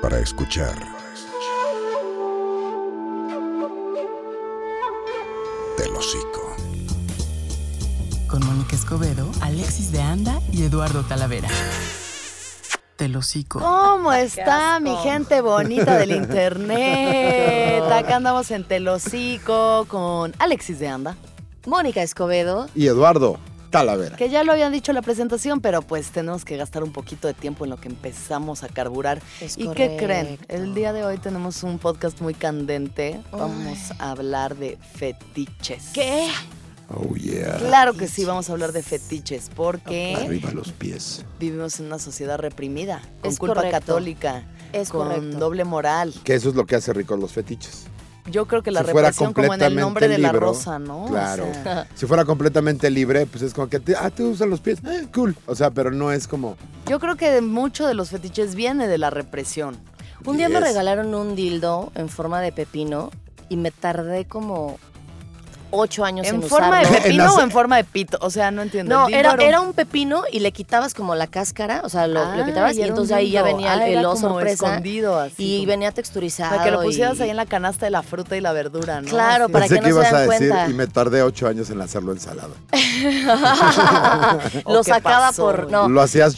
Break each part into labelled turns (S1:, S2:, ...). S1: para escuchar. Del hocico.
S2: Con Mónica Escobedo, Alexis de Anda y Eduardo Talavera. Del hocico.
S3: ¿Cómo está mi gente bonita del internet? Acá andamos en Telocico con Alexis de Anda, Mónica Escobedo,
S4: y Eduardo Talavera.
S3: que ya lo habían dicho en la presentación, pero pues tenemos que gastar un poquito de tiempo en lo que empezamos a carburar.
S5: Es
S3: ¿Y qué
S5: correcto.
S3: creen? El día de hoy tenemos un podcast muy candente. Vamos a hablar de fetiches.
S5: ¿Qué?
S4: Oh yeah.
S3: Claro que sí, vamos a hablar de fetiches porque
S4: Arriba los pies.
S3: vivimos en una sociedad reprimida, con
S5: Es
S3: culpa
S5: correcto.
S3: católica,
S5: Es
S3: con
S5: correcto.
S3: doble moral.
S4: Que eso es lo que hace rico los fetiches.
S3: Yo creo que la
S4: Si fuera
S3: represión como en el
S4: completamente
S3: nombre de la
S4: libro,
S3: rosa, ¿no? O
S4: claro.
S5: Ah.
S3: sea,
S4: Si fuera completamente libre, pues es como que, te- ah, te usan los pies, eh, cool. O sea, pero no es como,
S3: yo creo que mucho de los fetiches viene de la represión.
S5: Un día me
S4: Yes.
S5: regalaron un dildo en forma de pepino y me tardé como ocho años en,
S3: ¿En forma de
S5: usarlo.
S4: pe-
S3: pepino
S4: En
S3: o
S4: hace-
S3: en forma de pito? O sea, no entiendo.
S5: No,
S3: El dildo
S5: era,
S3: un-
S5: era un pepino y le quitabas como la cáscara, o sea, lo,
S3: Ah,
S5: lo quitabas y,
S3: era un
S5: entonces ahí ya
S3: dildo.
S5: venía
S3: Ah,
S5: el,
S3: era
S5: el oso
S3: como
S5: sorpresa
S3: escondido, así
S5: y
S3: como-
S5: venía texturizado.
S3: Para que lo
S5: y-
S3: pusieras ahí en la canasta de la fruta y la verdura, ¿no?
S5: Claro,
S3: Así.
S5: para
S4: pensé
S5: que
S4: que,
S5: no se
S4: ibas
S5: dan
S4: a decir
S5: cuenta.
S4: y me tardé ocho años en lanzarlo ensalada.
S3: ¿O
S5: lo
S3: qué
S5: sacaba
S3: pasó,
S5: por...
S3: güey?
S5: No,
S4: Lo hacías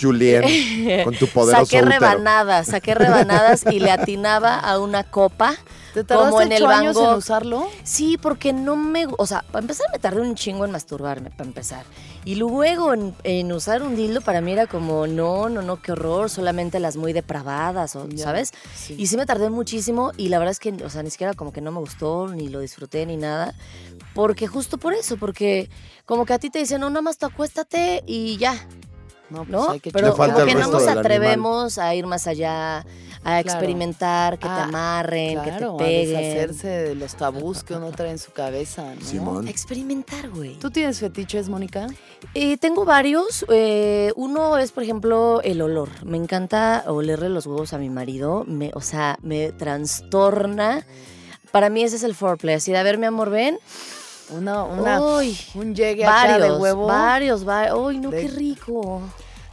S4: Julien con tu poderoso
S5: saqué
S4: útero.
S5: rebanadas, saqué rebanadas y le atinaba a una copa.
S3: ¿Te tardaste
S5: como en el
S3: ocho años
S5: Van
S3: en
S5: Gogh.
S3: usarlo?
S5: Sí, porque no me... gu- O sea, para empezar me tardé un chingo en masturbarme, para empezar. Y luego en, en usar un dildo para mí era como, no, no, no, qué horror, solamente las muy depravadas, o,
S3: Ya,
S5: ¿sabes?
S3: sí.
S5: Y sí me tardé muchísimo y la verdad es que, o sea, ni siquiera como que no me gustó, ni lo disfruté, ni nada. Porque justo por eso, porque como que a ti te dicen, no, nada más tú acuéstate y ya,
S3: No, pues
S5: ¿no?
S3: hay que
S5: Pero
S4: Le falta
S5: como
S4: el
S5: que no
S4: resto
S5: nos
S4: del animal.
S5: atrevemos a ir más allá, a experimentar, que te
S3: Ah,
S5: amarren,
S3: Claro, a
S5: que te peguen.
S3: deshacerse de los tabús que uno trae en su cabeza, ¿no?
S4: Simón.
S5: Experimentar, güey.
S3: ¿Tú tienes fetiches, Mónica?
S5: Eh, tengo varios. eh, uno es, por ejemplo, el olor. Me encanta olerle los huevos a mi marido. Me, o sea, me trastorna. Para mí ese es el foreplay. Así de, a ver, mi amor, ven.
S3: Una, una,
S5: Uy,
S3: un llegue acá
S5: varios,
S3: de huevo.
S5: varios, varios. Uy, no,
S3: De-
S5: qué rico.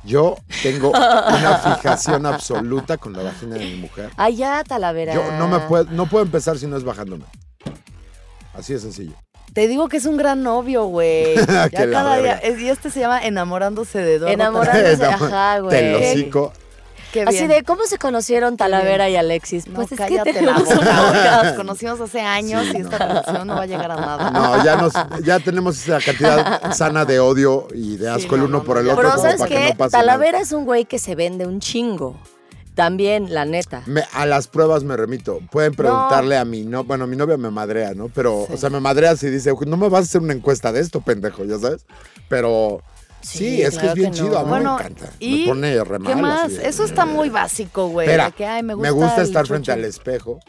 S4: Yo tengo una fijación absoluta con la vagina de mi mujer.
S5: Allá, Talavera.
S4: Yo no me puedo, no puedo empezar si no es bajándome. Así de sencillo.
S3: Te digo que es un gran novio, güey. ya
S4: Que la
S3: cada día.
S4: verga.
S3: es- y este se llama Enamorándose de Eduardo.
S5: Enamorándose,
S4: Enamor-
S5: ajá,
S4: Te lo
S5: güey.
S3: Qué
S5: Así
S3: bien.
S5: de, ¿cómo se conocieron Talavera y Alexis?
S3: No,
S5: pues es que
S3: cállate
S5: te
S3: la boca, güey. Nos conocimos hace años
S4: Sí,
S3: y esta
S4: no.
S3: relación no va a llegar a nada.
S4: No, ya, nos, ya tenemos esa cantidad sana de odio y de asco
S3: Sí, no,
S4: el uno
S3: no,
S4: por el
S3: no,
S4: otro
S5: Pero
S4: como
S5: ¿sabes
S4: para
S5: qué?
S4: que no pase
S5: Talavera es un güey que se vende un chingo. También, la neta.
S4: nada. Me- a las pruebas me remito. Pueden preguntarle a mi no, bueno, mi novia me madrea, ¿no? Pero, o sea, me madrea si dice, no me vas a hacer una encuesta de esto, pendejo, ya sabes. Pero sí,
S5: Sí,
S4: es que
S5: claro
S4: es bien
S5: que
S4: chido,
S5: no.
S4: a mí
S3: Bueno,
S4: me encanta.
S3: y
S4: me pone re
S3: ¿Qué
S4: mal, así
S3: más?
S4: de-
S3: Eso está muy básico, güey.
S4: Espera,
S3: de que, ay, me gusta, el
S4: estar
S3: chucho.
S4: frente al espejo,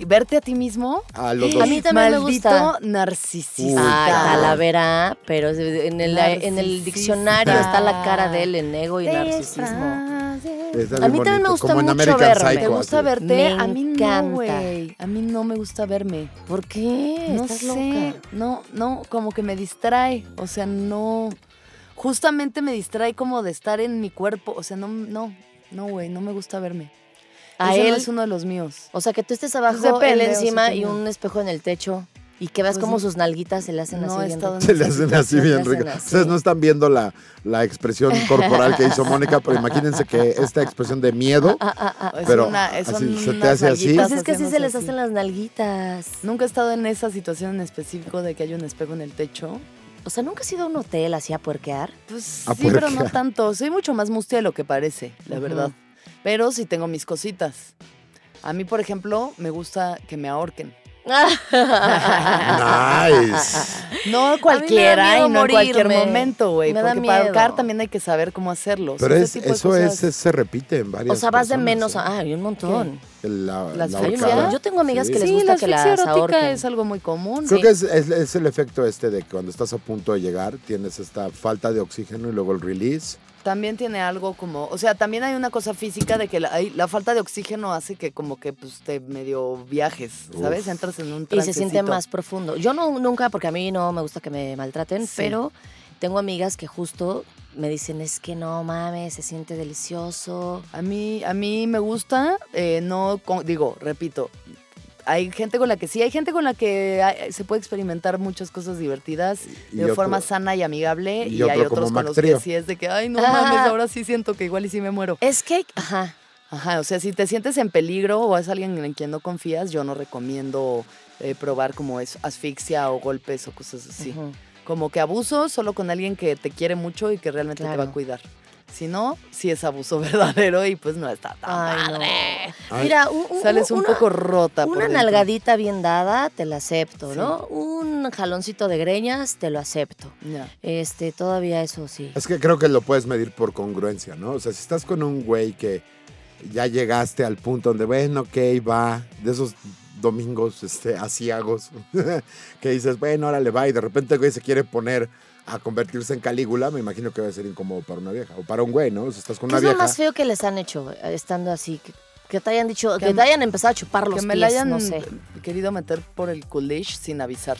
S3: Verte a ti mismo.
S4: a los
S5: A
S4: dos.
S5: mí también me
S3: Maldito
S5: gusta.
S3: narcisista.
S4: Uy,
S5: Ay,
S4: cabrón.
S5: Talavera, Ah, pero en el, eh, en el
S3: Narcisista.
S5: diccionario está la cara de él en ego y narcisismo.
S4: Está
S5: a
S4: bien
S5: mí también me
S4: bonito,
S5: gusta
S4: como en
S5: mucho
S4: American
S5: verme.
S4: Psycho,
S3: ¿Te gusta
S4: así.
S3: verte?
S5: Me
S3: a mí
S5: encanta.
S3: no, güey. A mí no me gusta verme.
S5: ¿Por qué?
S3: No
S5: ¿Estás
S3: sé.
S5: loca?
S3: No, no, como que me distrae. O sea, no. Justamente me distrae como de estar en mi cuerpo. O sea, no, no, no, güey, no me gusta verme.
S5: A
S3: Ese
S5: él.
S3: no es uno de los míos.
S5: O sea, que tú estés abajo,
S3: Pues depende,
S5: él
S3: o sea,
S5: encima y
S3: también.
S5: un espejo en el techo y que veas
S3: Pues
S5: como
S3: no.
S5: sus nalguitas se le hacen
S3: No, he
S5: así. bien
S3: estado
S5: ricas.
S4: Se le hacen así bien
S5: Se le hacen
S4: ricas.
S5: así.
S4: Ustedes no están viendo la, la expresión corporal que hizo Mónica, pero imagínense que esta expresión de miedo.
S3: Es
S4: Pero,
S3: una, es- son
S4: así, ¿se te
S3: unas
S4: hace así?
S3: nalguitas
S5: Pues es que así
S3: haciéndose
S5: se les hacen las nalguitas.
S3: Nunca he estado en esa situación en específico de que hay un espejo en el techo.
S5: O sea, ¿nunca has ido a un hotel así a puerquear?
S3: Pues
S4: ¿A
S3: sí, pero no
S4: puerquear?
S3: tanto. Soy mucho más mustia de lo que parece, la
S5: Ujú.
S3: verdad. Pero sí tengo mis cositas. A mí, por ejemplo, me gusta que me ahorquen.
S4: Nice.
S3: No
S5: A mí me
S3: cualquiera
S5: da
S3: y
S5: miedo
S3: no en cualquier
S5: morirme.
S3: momento, güey.
S5: Me da
S3: Porque para ahorcar
S5: miedo.
S3: también hay que saber cómo hacerlo.
S5: Pues
S3: O sea,
S4: Pero
S3: ese
S4: es,
S3: tipo de
S4: eso
S3: cosas-
S4: es, es- se repite en varias.
S5: O sea, vas de
S4: personas,
S5: menos
S4: ¿eh?
S5: a... Ah, hay un montón.
S4: La,
S3: Las
S4: la
S5: Hay
S3: ¿Ahorcada?
S5: un montón.
S4: ahorcada.
S5: Yo tengo amigas
S4: Sí.
S5: que les
S3: Sí,
S5: gusta
S3: la
S5: que
S3: asfixia
S5: las ahorquen.
S3: erótica es algo muy común.
S4: Creo
S5: Sí.
S4: que es, es- es el efecto este de que cuando estás a punto de llegar tienes esta falta de oxígeno y luego el release.
S3: También tiene algo como, o sea, también hay una cosa física de que la, ay, la falta de oxígeno hace que como que pues te medio viajes, ¿sabes?
S4: Uf.
S3: Entras en un
S5: Y se
S3: trancecito.
S5: siente más profundo. Yo no, nunca, porque a mí no me gusta que me maltraten,
S3: Sí.
S5: pero tengo amigas que justo me dicen, es que no mames, se siente delicioso.
S3: A mí, a mí me gusta, eh, no, con- digo, repito, hay gente con la que sí, hay gente con la que hay- se puede experimentar muchas cosas divertidas
S4: Y
S3: de
S4: otro-
S3: forma sana y amigable,
S4: y
S3: y,
S4: otro
S3: hay otros
S4: como
S3: con los
S4: Mactrío.
S3: que sí es de que, ay, no
S5: Ah.
S3: mames, ahora sí siento que igual y sí me muero.
S5: Es que, ajá,
S3: Ajá, o sea, si te sientes en peligro o es alguien en quien no confías, yo no recomiendo eh, probar como es asfixia o golpes o cosas así.
S5: ujú.
S3: Como que abuso solo con alguien que te quiere mucho y que realmente te va
S5: Claro.
S3: a cuidar. Si no, sí es abuso verdadero y pues no está tan
S5: Ay, no.
S3: padre.
S4: Ay.
S5: Mira, un- un-
S3: Sales un
S5: Ah, una-
S3: poco rota. por
S5: Una
S3: dentro.
S5: nalgadita bien dada, te la acepto,
S3: Sí.
S5: ¿no? Un jaloncito de greñas, te lo acepto.
S3: Ya.
S5: Este, todavía eso sí.
S4: Es que creo que lo puedes medir por congruencia, ¿no? O sea, si estás con un güey que ya llegaste al punto donde, bueno, ok, va, de esos domingos este, asiagos, que dices, bueno, órale, va, y de repente el güey se quiere poner a convertirse en Calígula, me imagino que va a ser incómodo para una vieja, o para un güey, ¿no? O sea, estás con
S5: ¿Qué
S4: una
S5: es lo
S4: vieja.
S5: más feo que les han hecho eh, estando así? Que, que te hayan dicho, que,
S3: Que
S5: te
S3: me-
S5: hayan empezado a chupar los
S3: Que me
S5: pies,
S3: la hayan
S5: no sé.
S3: querido meter por el culish sin avisar.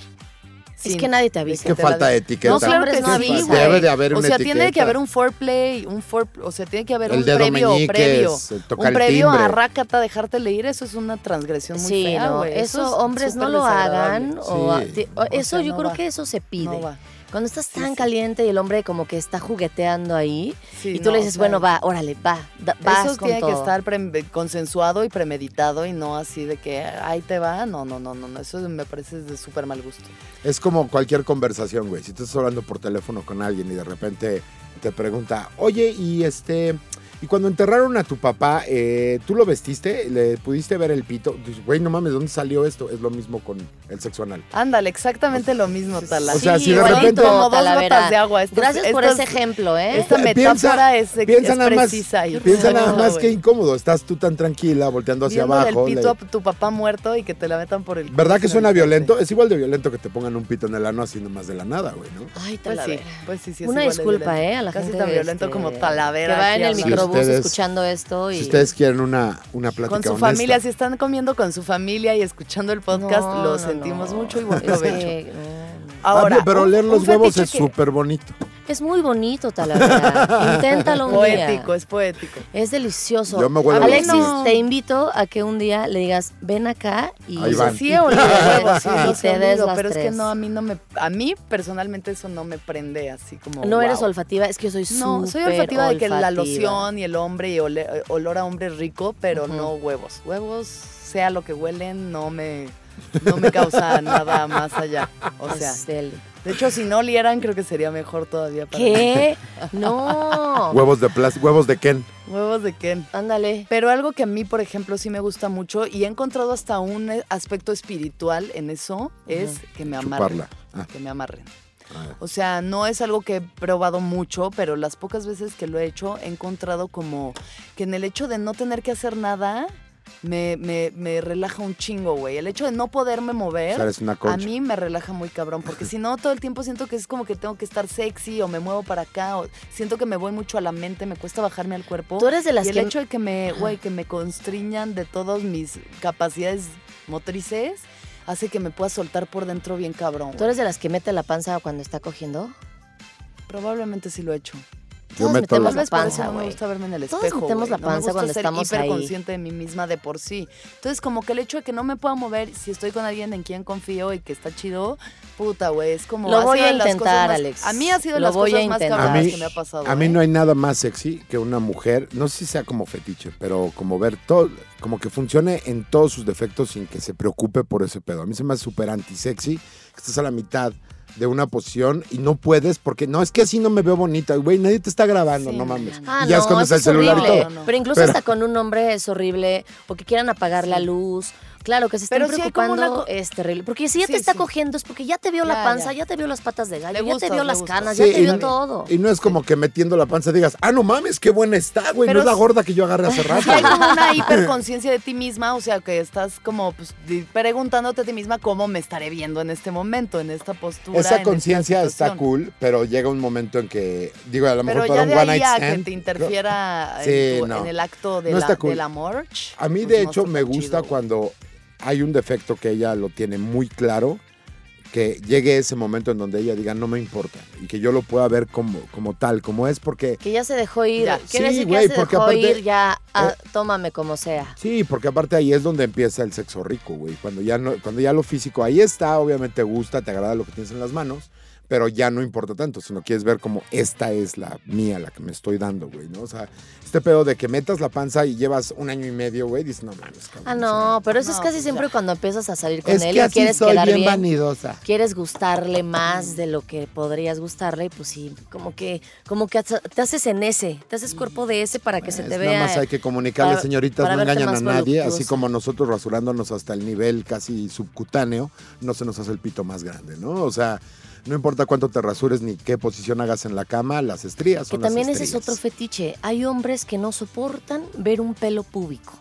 S5: es
S3: Sin-
S5: que nadie te
S4: es
S5: avisa.
S4: que
S3: te la
S4: falta
S3: de-
S4: de etiqueta.
S5: No, claro que
S4: Es
S5: no
S4: falta-
S5: avisa,
S4: Debe
S5: güey.
S4: de haber
S3: o
S4: una
S3: sea, tiene que
S4: etiqueta.
S3: haber un foreplay, un fore, o sea, tiene que haber
S4: El
S3: un
S4: dedo
S3: previo,
S4: meñique
S3: previo.
S4: es, eh, toca
S3: un
S4: el
S3: previo a
S4: timbre.
S3: rácata dejártele ir, eso es una transgresión muy
S5: sí,
S3: fea,
S5: no.
S3: güey.
S5: Eso,
S3: es
S5: hombres, no
S3: súper
S5: lo
S3: desagradable.
S5: hagan. o a-
S4: Sí.
S5: te- o
S3: O
S5: eso
S3: sea,
S5: yo
S3: no
S5: creo
S3: va.
S5: que eso se pide.
S3: No va.
S5: Cuando estás
S3: Sí,
S5: tan
S3: sí.
S5: caliente y el hombre como que está jugueteando ahí
S3: Sí,
S5: y tú
S3: no,
S5: le dices,
S3: o sea,
S5: bueno, va, órale, va, da- vas
S3: Eso
S5: con
S3: tiene que
S5: todo".
S3: estar pre- consensuado y premeditado y no así de que ahí te va. No, no, no, no, no. Eso me parece de súper mal gusto.
S4: Es como cualquier conversación, güey. Si tú estás hablando por teléfono con alguien y de repente te pregunta, oye, y este, y cuando enterraron a tu papá, eh, ¿tú lo vestiste? ¿Le pudiste ver el pito? Dices, Güey, no mames, ¿dónde salió esto? Es lo mismo con el sexo anal.
S3: Ándale, exactamente lo mismo, Tala.
S4: O sea, si de
S3: son
S4: repente-
S3: como dos
S5: Talavera.
S3: gotas de agua. Estos-
S5: Gracias por
S3: estos-
S5: ese ejemplo, ¿eh?
S3: Esta
S4: Eh,
S3: metáfora es, es
S4: piensa nada más,
S3: precisa. y
S4: piensa nada
S3: perfecta,
S4: más que
S3: güey.
S4: incómodo. Estás tú tan tranquila, volteando hacia
S3: Viéndole
S4: abajo.
S3: el pito
S4: le-
S3: a tu papá muerto y que te la metan por el
S4: ¿Verdad que
S3: culo,
S4: suena
S3: imagínate.
S4: violento? Es igual de violento que te pongan un pito en el ano así nomás de la nada, güey, ¿no?
S3: Pues sí,
S5: Ay, Talavera.
S3: pues sí, sí. es
S5: Una
S3: igual de
S5: disculpa,
S3: violento.
S5: ¿eh? A la
S3: Casi
S5: gente
S3: tan violento
S5: este,
S3: como Talavera.
S5: Que va en
S3: aquí
S5: el
S3: al-
S4: Sí,
S5: microbús
S4: ustedes-
S5: escuchando esto y...
S4: Si ustedes quieren una, una plática
S3: Con su
S4: honesta.
S3: familia, si están comiendo con su familia y escuchando el podcast,
S5: No,
S3: lo
S5: no,
S3: sentimos
S5: no.
S3: mucho y buen
S5: Es que, eh,
S3: provecho.
S5: no, no.
S4: Ah, pero
S3: un-
S4: leer
S3: un
S4: los huevos
S3: fetiche
S4: es
S3: que-
S4: súper bonito.
S5: Es muy bonito, Talavera. Inténtalo un
S3: Poético,
S5: día.
S3: es poético.
S5: Es delicioso.
S4: Yo me vuelvo
S5: Alexis,
S4: loco.
S5: te invito a que un día le digas, ven acá y...
S4: Ahí van.
S3: Sí he olido huevos, sí,
S5: Y
S3: los he
S5: te des
S3: olido,
S5: las
S3: pero es que
S5: tres.
S3: no, a mí no me, a mí personalmente eso no me prende así como
S5: No eres
S3: wow.
S5: olfativa, es que yo soy súper
S3: No, soy olfativa de que la
S5: olfativa.
S3: loción y el hombre y ole- eh, olor a hombre rico, pero
S5: Ujú.
S3: no huevos. Huevos, sea lo que huelen, no me, no me causa nada más allá. O sea,
S5: Es del-
S3: de hecho, si no olieran, creo que sería mejor todavía para mí.
S5: ¿Qué? No.
S4: Huevos de plas- huevos de Ken.
S3: Huevos de Ken.
S5: Ándale.
S3: Pero algo que a mí, por ejemplo, sí me gusta mucho y he encontrado hasta un eh, aspecto espiritual en eso, es que me amarren.
S4: Chuparla. Ah,
S3: Que me amarren.
S4: ah.
S3: O sea, no es algo que he probado mucho, pero las pocas veces que lo he hecho he encontrado como que en el hecho de no tener que hacer nada me, me- me relaja un chingo, güey. El hecho de no poderme
S4: O
S3: mover
S4: sea, eres una
S3: a
S4: concha.
S3: mí me relaja muy cabrón, porque si no todo el tiempo siento que es como que tengo que estar sexy o me muevo para acá o siento que me voy mucho a la mente, me cuesta bajarme al cuerpo.
S5: Tú eres de las
S3: y el
S5: que...
S3: hecho de que me, güey, que me constriñan de todas mis capacidades motrices hace que me pueda soltar por dentro bien cabrón. güey.
S5: ¿Tú eres de las que mete la panza cuando está cogiendo?
S3: Probablemente sí lo he hecho.
S4: Yo
S5: Todos
S4: meto
S5: metemos
S4: la
S3: Tal vez
S5: la
S3: por eso
S5: panza,
S3: no me
S5: güey.
S3: gusta verme en el
S5: Todos
S3: espejo.
S5: metemos la
S3: güey. No me
S5: panza
S3: gusta
S5: cuando
S3: ser
S5: estamos ahí.
S3: hiperconsciente de mí misma de por sí. Entonces, como que el hecho de que no me pueda mover, si estoy con alguien en quien confío y que está chido, puta, güey, es como.
S5: Lo
S3: ha
S5: voy
S3: sido
S5: a
S3: de las cosas
S5: intentar,
S3: más-
S5: Alex.
S3: A mí ha sido de
S5: Lo
S3: las
S5: voy
S3: cosas
S5: a
S3: más
S5: intentar.
S3: cabronas
S4: A mí-
S3: que me ha pasado.
S4: A mí
S3: ¿eh?
S4: no hay nada más sexy que una mujer, no sé si sea como fetiche, pero como ver todo, como que funcione en todos sus defectos sin que se preocupe por ese pedo. A mí se me hace súper antisexy, que estás a la mitad de una posición y no puedes porque no, es que así no me veo bonita, güey, nadie te está grabando,
S3: Sí,
S4: no
S3: no,
S4: mames.
S3: no,
S5: Ah,
S4: y ya
S5: no,
S4: escondes
S5: eso
S4: el
S5: es
S4: celular
S5: horrible.
S4: y todo.
S3: No, no.
S5: Pero incluso
S4: Pero-
S5: hasta con un hombre es horrible o que quieran apagar la luz. Claro, que se estén
S3: Pero sí hay como
S5: preocupando
S3: una co-
S5: es terrible. Porque si ya
S3: Sí,
S5: te está
S3: sí.
S5: cogiendo es porque ya te vio la
S3: Ya,
S5: panza, ya.
S3: ya.
S5: te vio las patas de gallo,
S3: Le
S5: ya te
S3: gustas,
S5: vio
S3: le
S5: las
S3: gustas.
S5: canas, ya
S4: Sí,
S5: te
S4: y
S5: vio
S4: no-
S5: todo.
S4: Y no es como que metiendo la panza digas, ah, no mames, qué buena está, güey, no
S3: Pero
S4: es la
S3: sí-
S4: gorda que yo agarré hace rato.
S3: Sí hay
S4: güey".
S3: como una hiperconciencia de ti misma, o sea, que estás como pues, di- preguntándote a ti misma cómo me estaré viendo en este momento, en esta postura. en
S4: Esa
S3: esta
S4: conciencia está
S3: situación.
S4: cool, pero llega un momento en que, digo, a lo mejor
S3: Pero
S4: para
S3: ya
S4: un
S3: de
S4: one
S3: ahí
S4: night
S3: a que
S4: stand.
S3: te interfiera
S4: Sí,
S3: en, tu-
S4: no.
S3: en el acto de
S4: No
S3: la-
S4: está cool.
S3: del amor. ch,
S4: A mí,
S3: pues
S4: de
S3: no
S4: hecho,
S3: está
S4: me
S3: tan
S4: gusta
S3: chido.
S4: cuando hay un defecto que ella lo tiene muy claro, que llegue ese momento en donde ella diga, no me importa, y que yo lo pueda ver como, como tal, como es, porque...
S5: Que ya se dejó ir.
S3: Ya.
S5: Quiere
S4: Sí,
S5: decir
S4: güey,
S5: que ya se
S4: porque
S5: dejó
S4: aparte-
S5: ir ya a-
S4: Eh.
S5: tómame como sea.
S4: Sí, porque aparte ahí es donde empieza el sexo rico, güey. Cuando ya, no, cuando ya lo físico ahí está, obviamente te gusta, te agrada lo que tienes en las manos, pero ya no importa tanto, sino quieres ver como esta es la mía, la que me estoy dando, güey, ¿no? O sea, este pedo de que metas la panza y llevas un año y medio, güey, dices, no mames, cabrón.
S5: Ah,
S4: o sea,
S5: no, pero eso es
S3: No,
S5: casi
S3: pues
S5: siempre
S3: ya.
S5: cuando empiezas a salir con
S4: Es
S5: él
S4: que
S5: y
S4: así
S5: quieres
S4: soy
S5: quedar
S4: bien,
S5: bien.
S4: vanidosa.
S5: Quieres gustarle más de lo que podrías gustarle, pues sí, como que, como que hasta- te haces en ese, te haces cuerpo de ese para que se
S4: Es
S5: te
S4: Nada
S5: vea.
S4: más hay que comunicarle,
S5: para-
S4: señoritas,
S5: para
S4: no
S5: verte
S4: engañan a
S5: más
S4: nadie, así
S5: voluptuosa.
S4: como nosotros rasurándonos hasta el nivel casi subcutáneo, no se nos hace el pito más grande, ¿no? O sea, no importa cuánto te rasures ni qué posición hagas en la cama, las estrías
S5: Que
S4: son las
S5: también ese es
S4: estrías.
S5: otro fetiche. Hay hombres que no soportan ver un pelo púbico.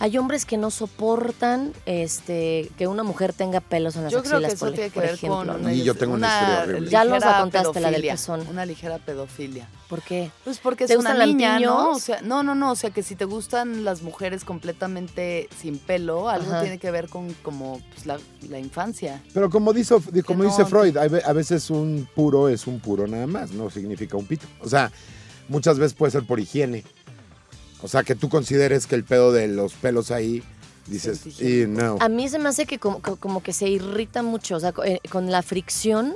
S5: Hay hombres que no soportan este que una mujer tenga pelos en las
S3: Yo creo que
S5: axilas,
S3: eso
S5: por,
S3: tiene que
S5: por
S3: ver
S5: ejemplo.
S3: con
S5: ¿no?
S3: una,
S4: Y yo tengo una historia horrible.
S5: Ya nos la
S3: ligera
S5: contaste, la del
S3: pedofilia,
S5: pezón.
S3: Una ligera pedofilia.
S5: ¿Por qué?
S3: Pues porque
S5: ¿Te
S3: es una
S5: gustan
S3: niña, ¿no?
S5: lampiños?
S3: O sea, no, no, no, o sea que si te gustan las mujeres completamente sin pelo, algo
S5: Ajá.
S3: tiene que ver con como pues, la, la infancia.
S4: Pero como dice, como
S3: no,
S4: dice
S3: que-
S4: Freud, hay ve- a veces un puro es un puro nada más, no significa un pito. O sea, muchas veces puede ser por higiene. O sea, que tú consideres que el pedo de los pelos ahí, dices, y
S3: Antihigiénico.
S4: no.
S5: A mí se me hace que como, co- como que se irrita mucho, o sea, co- eh, con la fricción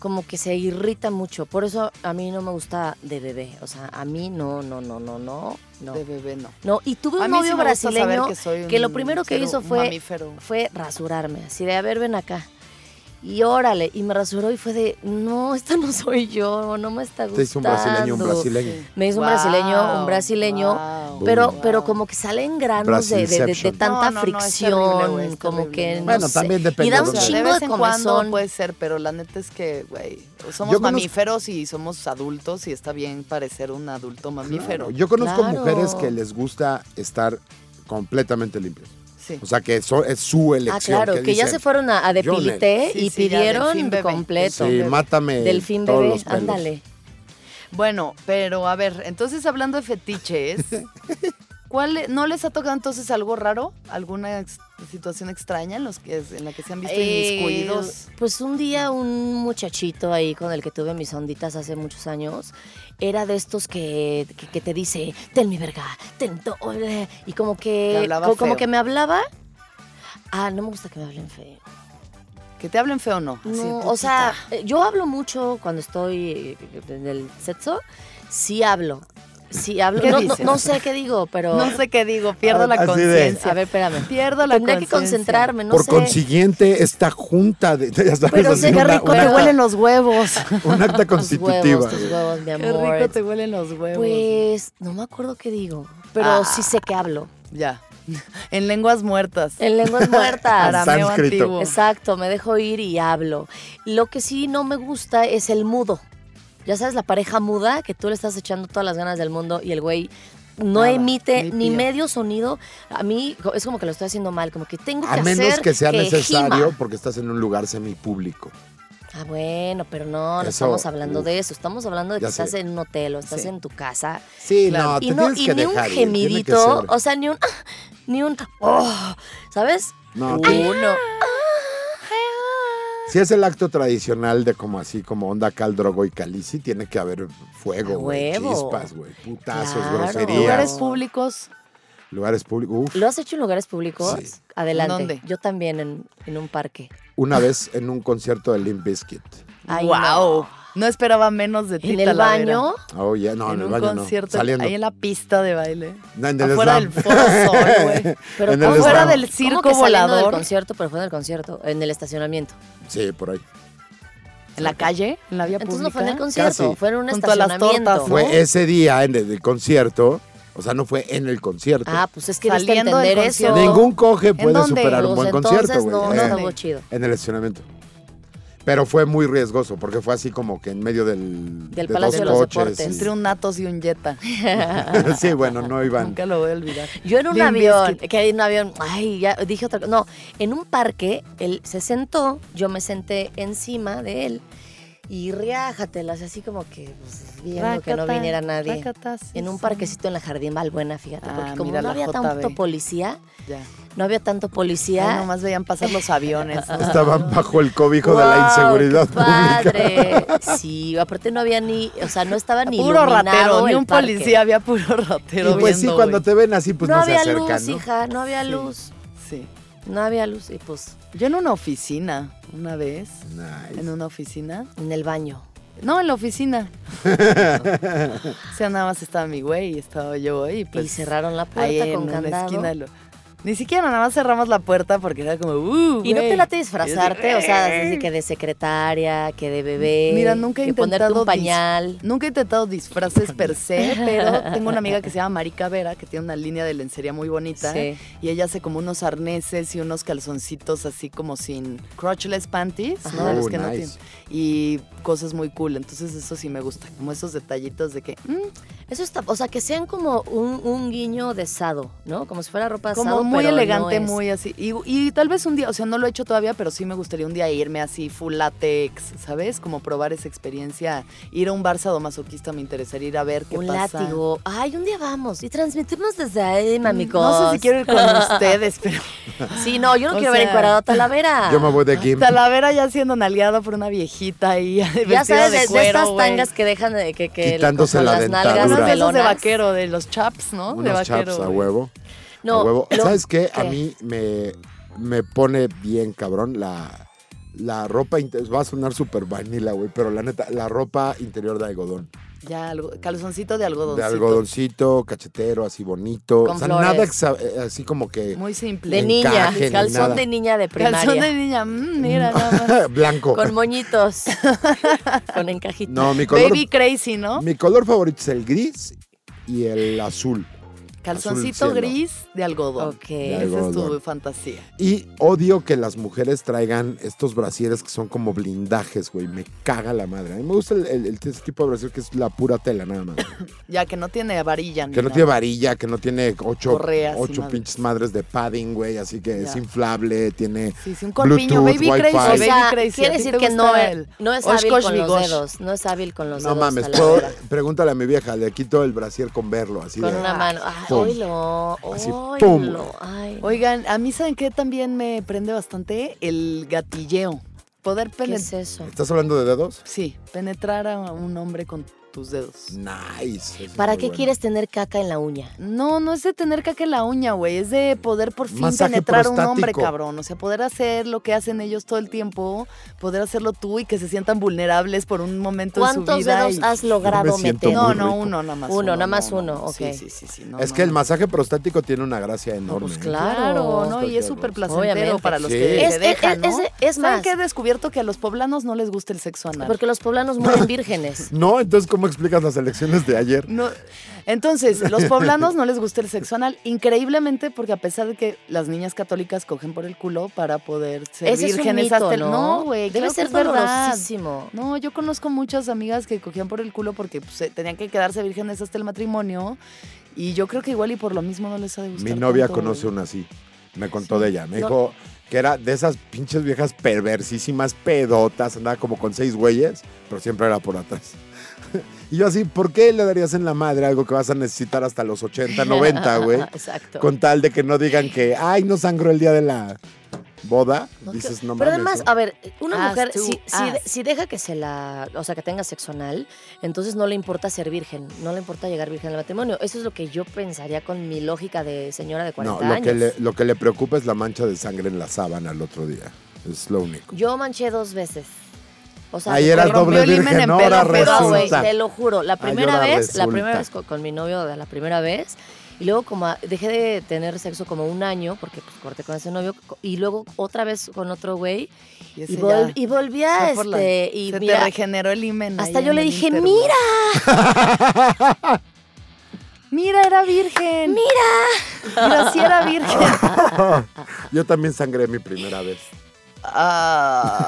S5: como que se irrita mucho. Por eso a mí no me gusta de bebé, o sea, a mí no, no, no, no, no, no.
S3: De bebé no.
S5: No, y tuve
S3: A
S5: un
S3: mí
S5: novio
S3: sí me gusta saber
S5: brasileño
S3: que soy
S5: que lo
S3: un
S5: primero que
S3: ser
S5: hizo
S3: un
S5: fue-
S3: mamífero.
S5: fue rasurarme, así de, a ver, ven acá. Y órale, y me rasuró y fue de, no, esta no soy yo, no me está gustando.
S4: Te hizo Este un brasileño, un brasileño.
S3: Sí.
S5: Me hizo un
S3: Guau,
S5: brasileño, un brasileño,
S3: guau,
S5: pero,
S3: guau.
S5: pero como que salen granos de, de- de- de
S4: Brasilception.
S3: No, no,
S5: tanta
S3: no, es
S5: fricción,
S3: terrible, güey, es
S5: como
S3: terrible.
S5: que no
S4: Bueno,
S5: sé.
S4: también depende
S5: Y da
S4: de
S5: un
S4: dónde.
S5: chingo
S3: vez
S5: de
S3: en cuando
S5: comezón.
S3: puede ser, pero la neta es que, güey, somos
S4: Yo conozco-
S3: mamíferos y somos adultos y está bien parecer un adulto mamífero.
S4: Claro, Yo conozco
S5: Claro.
S4: mujeres que les gusta estar completamente limpios.
S3: Sí.
S4: O sea, que eso es su
S5: Ah,
S4: elección.
S5: claro, que, ya se
S4: dicen,
S5: fueron a, a Depilité
S3: Sí,
S5: y
S3: sí, ya,
S5: pidieron
S3: Delfín Bebé.
S5: completo.
S4: Sí, mátame
S5: Delfín
S4: todos
S5: bebé,
S4: los pelos".
S5: ándale.
S3: Bueno, pero a ver, entonces hablando de fetiches, ¿cuál le- ¿no les ha tocado entonces algo raro? ¿Alguna ex- situación extraña en, los que, en la que se han visto
S5: Eh,
S3: inmiscuidos?
S5: Pues un día un muchachito ahí con el que tuve mis onditas hace muchos años, era de estos que, que, que te dice, ten mi verga, ten to-", y como
S3: Te
S5: que,
S3: hablaba
S5: co- como
S3: feo.
S5: que me hablaba. Ah, no me gusta que me hablen feo.
S3: Ah, ¿Que te hablen feo o no? Así,
S5: No,
S3: putita.
S5: o sea, eh, yo hablo mucho cuando estoy eh, en el sexo, sí hablo. Sí hablo.
S3: ¿Qué
S5: No, no-
S3: dices?
S5: no sé qué digo, pero
S3: no sé qué digo, pierdo la
S4: Así de-
S3: conciencia.
S5: a ver, espérame.
S3: pierdo la
S5: Tendría que
S3: conciencia.
S5: concentrarme, no
S4: Por
S5: sé.
S4: consiguiente, esta junta de. ya sabes,
S5: Pero
S4: así,
S5: sé que
S4: una-
S5: rico
S4: una-
S5: te huelen
S3: los huevos.
S4: Un acta
S5: Tus huevos,
S4: constitutiva.
S5: tus huevos, mi
S3: Qué
S5: amor.
S3: rico te huelen los huevos.
S5: Pues no me acuerdo qué digo, pero
S3: Ah.
S5: sí sé que hablo.
S3: Ya. En lenguas muertas.
S5: En lenguas
S4: Arameo
S5: muertas.
S4: Exacto. sánscrito.
S3: antiguo.
S5: Exacto, me dejo ir y hablo. Lo que sí no me gusta es el mudo. Ya sabes, la pareja muda, que tú le estás echando todas las ganas del mundo y el güey no
S3: Nada,
S5: emite
S3: ni
S5: ni,
S3: pío.
S5: medio sonido. A mí co- es como que lo estoy haciendo mal, como que tengo que
S4: A menos
S5: hacer
S4: que sea necesario,
S5: gima.
S4: porque estás en un lugar semipúblico.
S5: Ah, bueno, pero no, no
S4: Eso,
S5: estamos hablando
S4: uf.
S5: de eso. Estamos hablando de que
S4: Ya sé.
S5: estás en un hotel o estás
S3: Sí.
S5: en tu casa.
S4: Sí,
S3: Claro.
S4: no, te
S5: y no,
S4: tienes
S5: y
S4: que
S5: ni un
S4: dejar ir, tiene que
S5: gemidito,
S4: ser.
S5: o sea, ni un, ah, ni un, oh, ¿sabes?
S4: No, te-
S5: Uno. ah.
S4: si es el acto tradicional de como así, como onda cal, drogo y calici, tiene que haber fuego,
S5: A
S4: güey,
S5: huevo.
S4: chispas, güey, putazos,
S5: Claro.
S4: groserías.
S3: Lugares
S5: Días.
S3: públicos.
S4: Lugares públicos. Uf,
S5: ¿Lo has hecho en lugares públicos?
S4: Sí.
S5: Adelante.
S3: ¿Dónde?
S5: Yo también en, en un parque.
S4: una vez en un concierto de Limp Bizkit.
S5: Ay,
S3: wow.
S5: no.
S3: No. esperaba menos de ti.
S5: En el
S3: Talavera.
S5: baño.
S4: Oh, ya, no, en,
S3: en
S4: el
S3: un
S4: baño no.
S3: concierto,
S4: Saliendo.
S3: ahí en la pista de baile.
S4: No, en el
S3: afuera
S4: slam.
S3: del Foro Sol, güey.
S5: Pero
S4: En el
S5: ¿cómo?
S3: Afuera
S4: slam.
S3: del
S5: ¿Cómo
S3: circo
S5: que saliendo del
S3: volador.
S5: concierto, pero fue en el concierto, en el estacionamiento.
S4: Sí, por ahí.
S3: En la calle, en la vía
S5: Entonces no
S3: pública.
S5: fue en el concierto,
S4: Casi.
S5: fue en un
S3: Junto a las tortas,
S5: estacionamiento.
S3: ¿no?
S4: Fue ese día en el, del concierto, o sea, no fue en el concierto.
S5: Ah, pues es que diste a
S3: Saliendo del
S5: entender eso.
S3: concierto.
S4: Ningún coge
S3: ¿En
S4: puede
S3: dónde?
S4: superar un
S5: Pues
S4: buen
S5: entonces
S4: concierto, güey.
S5: no, no
S4: Eh,
S5: estuvo chido.
S4: En el estacionamiento. Pero fue muy riesgoso, porque fue así como que en medio del,
S5: Del
S4: de
S5: Palacio
S4: dos
S5: de los
S4: coches.
S5: Deportes.
S3: Entre un Natos y un Jetta.
S4: y- sí, bueno, no iban.
S3: Nunca lo voy a olvidar.
S5: Yo en un
S3: Limp
S5: avión,
S3: Bizkit.
S5: que en un avión, ay, ya dije otra cosa. No, en un parque, él se sentó, yo me senté encima de él y riájatelas, así como que pues, viendo que no viniera nadie. en un parquecito en la Jardín Balbuena, fíjate,
S3: Ah,
S5: porque como
S3: mira
S5: no
S3: la
S5: había
S3: JB.
S5: tanto policía,
S3: Ya.
S5: no había tanto
S3: Ahí
S5: policía.
S3: nomás veían pasar los aviones. ¿no?
S4: Estaban bajo el cobijo de la
S5: ¡Guau,
S4: inseguridad
S5: qué
S4: pública.
S5: padre! Sí, aparte no había ni, o sea, no estaba ni
S3: puro
S5: iluminado
S3: ratero, ni
S5: el
S3: un
S5: parque.
S3: policía, había puro ratero.
S4: Y pues sí,
S3: viendo,
S4: cuando
S3: güey.
S4: te ven así, pues
S5: no,
S4: no, se
S5: había
S4: acercan,
S5: luz,
S4: ¿no?
S5: hija, no había
S3: Sí.
S5: luz,
S3: Sí.
S5: no había luz y pues
S3: Yo en una oficina, una vez,
S4: Nice.
S3: en una oficina.
S5: en el baño.
S3: No, en la oficina. o sea, nada más estaba mi güey y estaba yo ahí. Pues,
S5: y cerraron la puerta
S3: ahí en
S5: con
S3: una
S5: candado.
S3: esquina. de lo- Ni siquiera nada más cerramos la puerta porque era como, uh,
S5: Y no te
S3: güey.
S5: late disfrazarte, o sea, así que de secretaria, que de bebé,
S3: Mira, nunca he
S5: que ponerte
S3: intentado
S5: un
S3: dis-
S5: pañal.
S3: Nunca he intentado disfraces per se, pero tengo una amiga que se llama Marica Vera, que tiene una línea de lencería muy bonita.
S5: Sí.
S3: Y ella hace como unos arneses y unos calzoncitos así como sin crotchless panties, ¿no? De los
S4: Oh,
S3: que no
S4: nice.
S3: tienen. Y cosas muy cool. Entonces, eso sí me gusta. Como esos detallitos de que. mm,
S5: Eso está, o sea, que sean como un, un guiño de sado, ¿no? Como si fuera ropa de
S3: como
S5: sado,
S3: muy
S5: pero no
S3: elegante,
S5: es.
S3: muy así. Y, y tal vez un día, o sea, no lo he hecho todavía, pero sí me gustaría un día irme así full látex, ¿sabes? Como probar esa experiencia. Ir a un bar sadomasoquista me interesaría ir a ver qué
S5: Un
S3: pasa. Mm,
S5: látigo. Ay, un día vamos y transmitimos desde ahí, mamicos.
S3: No sé si quiero ir con ustedes, pero
S5: Sí, no, yo no
S3: O
S5: quiero ver
S3: sea-
S5: encuadrado a Talavera.
S4: Yo me voy de aquí.
S3: Talavera ya siendo nalgueada por una viejita ahí,
S5: Ya
S3: vestida
S5: sabes, de,
S3: de
S5: de
S3: cuero,
S5: estas
S3: güey.
S5: tangas que dejan de que, que
S4: Quitándose
S5: con
S4: la
S5: las nalgas
S3: Unos de
S4: dentadura.
S3: esos de
S5: pelonas.
S3: vaquero, de los chaps, ¿no? de
S4: Unos
S3: vaquero.
S4: chaps a
S3: güey.
S4: huevo.
S5: No,
S4: a huevo.
S5: lo-
S4: ¿Sabes qué? A
S5: ¿qué?
S4: mí me, me pone bien cabrón la, la ropa. inte- Va a sonar súper vanilla, güey, pero la neta, la ropa interior de algodón.
S3: Ya, algo- calzoncito de algodón.
S4: De algodoncito, cachetero, así bonito.
S5: Con
S4: o sea,
S5: flores.
S4: nada exa- eh, así como que
S3: Muy
S5: de
S3: simple.
S4: Ni-
S5: niña,
S4: encaje ni
S5: calzón
S4: nada.
S5: de niña de primaria.
S3: Calzón de niña, mm, mira nada más.
S4: blanco.
S5: Con moñitos, con encajito.
S4: No, mi color,
S3: Baby crazy, ¿no?
S4: mi color favorito es el gris y el azul.
S3: Calzoncito
S4: cielo.
S3: gris de algodón.
S5: Ok.
S4: De
S3: Esa es tu
S4: algodón.
S3: fantasía.
S4: Y odio que las mujeres traigan estos brasieres que son como blindajes, güey. Me caga la madre. A mí me gusta el, el- el- ese tipo de brasier que es la pura tela, nada más.
S3: Ya que no tiene varilla. ni
S4: Que no
S3: nada.
S4: tiene varilla, que no tiene ocho,
S3: Correas y
S4: ocho
S3: madres.
S4: pinches madres de padding, güey. Así que es
S3: Ya.
S4: inflable, tiene.
S3: Sí, sí, un corpiño.
S4: Bluetooth,
S3: baby
S4: Wi-Fi.
S3: crazy,
S5: O
S4: Ay,
S3: baby
S5: sea,
S3: crazy. ¿A
S5: quiere
S3: ti
S5: decir
S3: te
S5: que
S3: gusta
S5: no,
S3: el
S5: no es
S3: Oshkosh
S5: hábil con los
S3: Bigosh?
S5: dedos. No es hábil con los
S4: No
S5: dedos.
S4: mames, puedo-
S5: Talavera.
S4: pregúntale a mi vieja, le quito el brasier con verlo, así
S5: Con
S4: de-
S5: una mano. Ay,
S4: Pum.
S5: oílo,
S4: Así,
S5: oílo. Ay,
S3: Oigan, a mí saben que también me prende bastante el gatilleo. Poder
S5: ¿qué
S3: penetrar.
S5: es eso?
S4: ¿Estás hablando de dedos?
S3: Sí, penetrar a un hombre con tus dedos.
S4: Nice. eso es
S5: ¿Para
S4: muy
S5: qué
S4: bueno.
S5: quieres tener caca en la uña?
S3: No, no es de tener caca en la uña, güey. Es de poder por fin
S4: Masaje
S3: penetrar a un hombre,
S4: prostático.
S3: cabrón. O sea, poder hacer lo que hacen ellos todo el tiempo, poder hacerlo tú y que se sientan vulnerables por un momento de su
S5: ¿Cuántos
S3: vida.
S5: dedos
S3: y-
S5: has
S4: Yo
S5: logrado
S4: me siento
S5: meter?
S4: muy
S3: No, no,
S4: rico.
S3: uno nada más.
S5: Uno, nada más
S3: no,
S5: uno,
S3: no.
S5: ok.
S3: Sí, sí, sí. sí, no,
S4: es
S3: no,
S4: que el
S3: no.
S4: masaje prostático tiene una gracia enorme.
S5: pues
S4: ¿eh?
S5: claro.
S3: Claro, ¿no? Y es
S4: Obviamente.
S3: súper placentero
S5: Obviamente.
S3: para los
S4: Sí.
S3: que
S5: Es-
S3: se
S5: es-
S3: dejan, ¿no?
S5: es- es
S3: ¿Saben
S5: más?
S3: que he descubierto que a los poblanos no les gusta el sexo anal?
S5: Porque los poblanos mueren vírgenes.
S4: No, entonces, ¿cómo explicas las elecciones de ayer?
S3: No. Entonces, los poblanos no les gusta el sexo anal, increíblemente, porque a pesar de que las niñas católicas cogen por el culo para poder ser
S5: Ese es un
S3: vírgenes
S5: mito,
S3: hasta el-
S5: ¿no?
S3: güey,
S5: Debe
S3: claro que
S5: ser
S3: es verdad.
S5: dolorosísimo.
S3: No, yo conozco muchas amigas que cogían por el culo porque pues, eh, tenían que quedarse vírgenes hasta el matrimonio. Y yo creo que igual y por lo mismo no les ha de
S5: pues
S3: gustar.
S4: Mi novia
S3: tanto,
S4: conoce
S3: güey.
S4: una así. Me contó de ella. Me
S5: ¿eh? No.
S4: dijo que era de esas pinches viejas perversísimas, pedotas. Andaba como con seis güeyes, pero siempre era por atrás. y yo así, ¿por qué le darías en la madre algo que vas a necesitar hasta los 80, 90, Ah, güey?
S5: Exacto.
S4: con tal de que no digan que, ay, no sangró el día de la boda.
S5: No te-
S4: Dices, no
S5: Pero
S4: mames,
S5: además,
S4: ¿no?".
S5: a ver,
S3: Ass
S5: una mujer,
S3: to
S5: si, si-
S3: ass.
S5: si deja que se la, o sea, que tenga sexo anal, entonces no le importa ser virgen, no le importa llegar virgen al matrimonio. Eso es lo que yo pensaría con mi lógica de señora de 40
S4: No, lo
S5: años.
S4: que, le, lo que le preocupa es la mancha de sangre en la sábana al otro día. Es lo único.
S5: Yo manché dos veces. O sea,
S4: Ahí
S5: me
S4: eras
S5: corrompió
S4: doble
S5: el himen
S4: virgen,
S5: en
S4: ahora
S5: pedo, pero, güey,
S4: resulta.
S5: te lo juro, la primera
S4: ahora
S5: vez, la
S4: resulta.
S5: primera vez con, con mi novio, de la primera vez, y luego como a- dejé de tener sexo como un año, porque pues, corté con ese novio, co- y luego otra vez con otro güey,
S3: Y,
S5: y,
S3: ese
S5: vol-
S3: ya
S5: y volví a
S3: está por la-
S5: este, y
S3: se
S5: mira,
S3: te regeneró el himen.
S5: hasta
S3: ahí
S5: yo
S3: en
S5: le
S3: el
S5: dije,
S3: inter, güey.
S5: mira,
S3: Mira, era virgen. Mira. Mira, sí era virgen.
S4: Yo también sangré mi primera vez.
S3: Ah,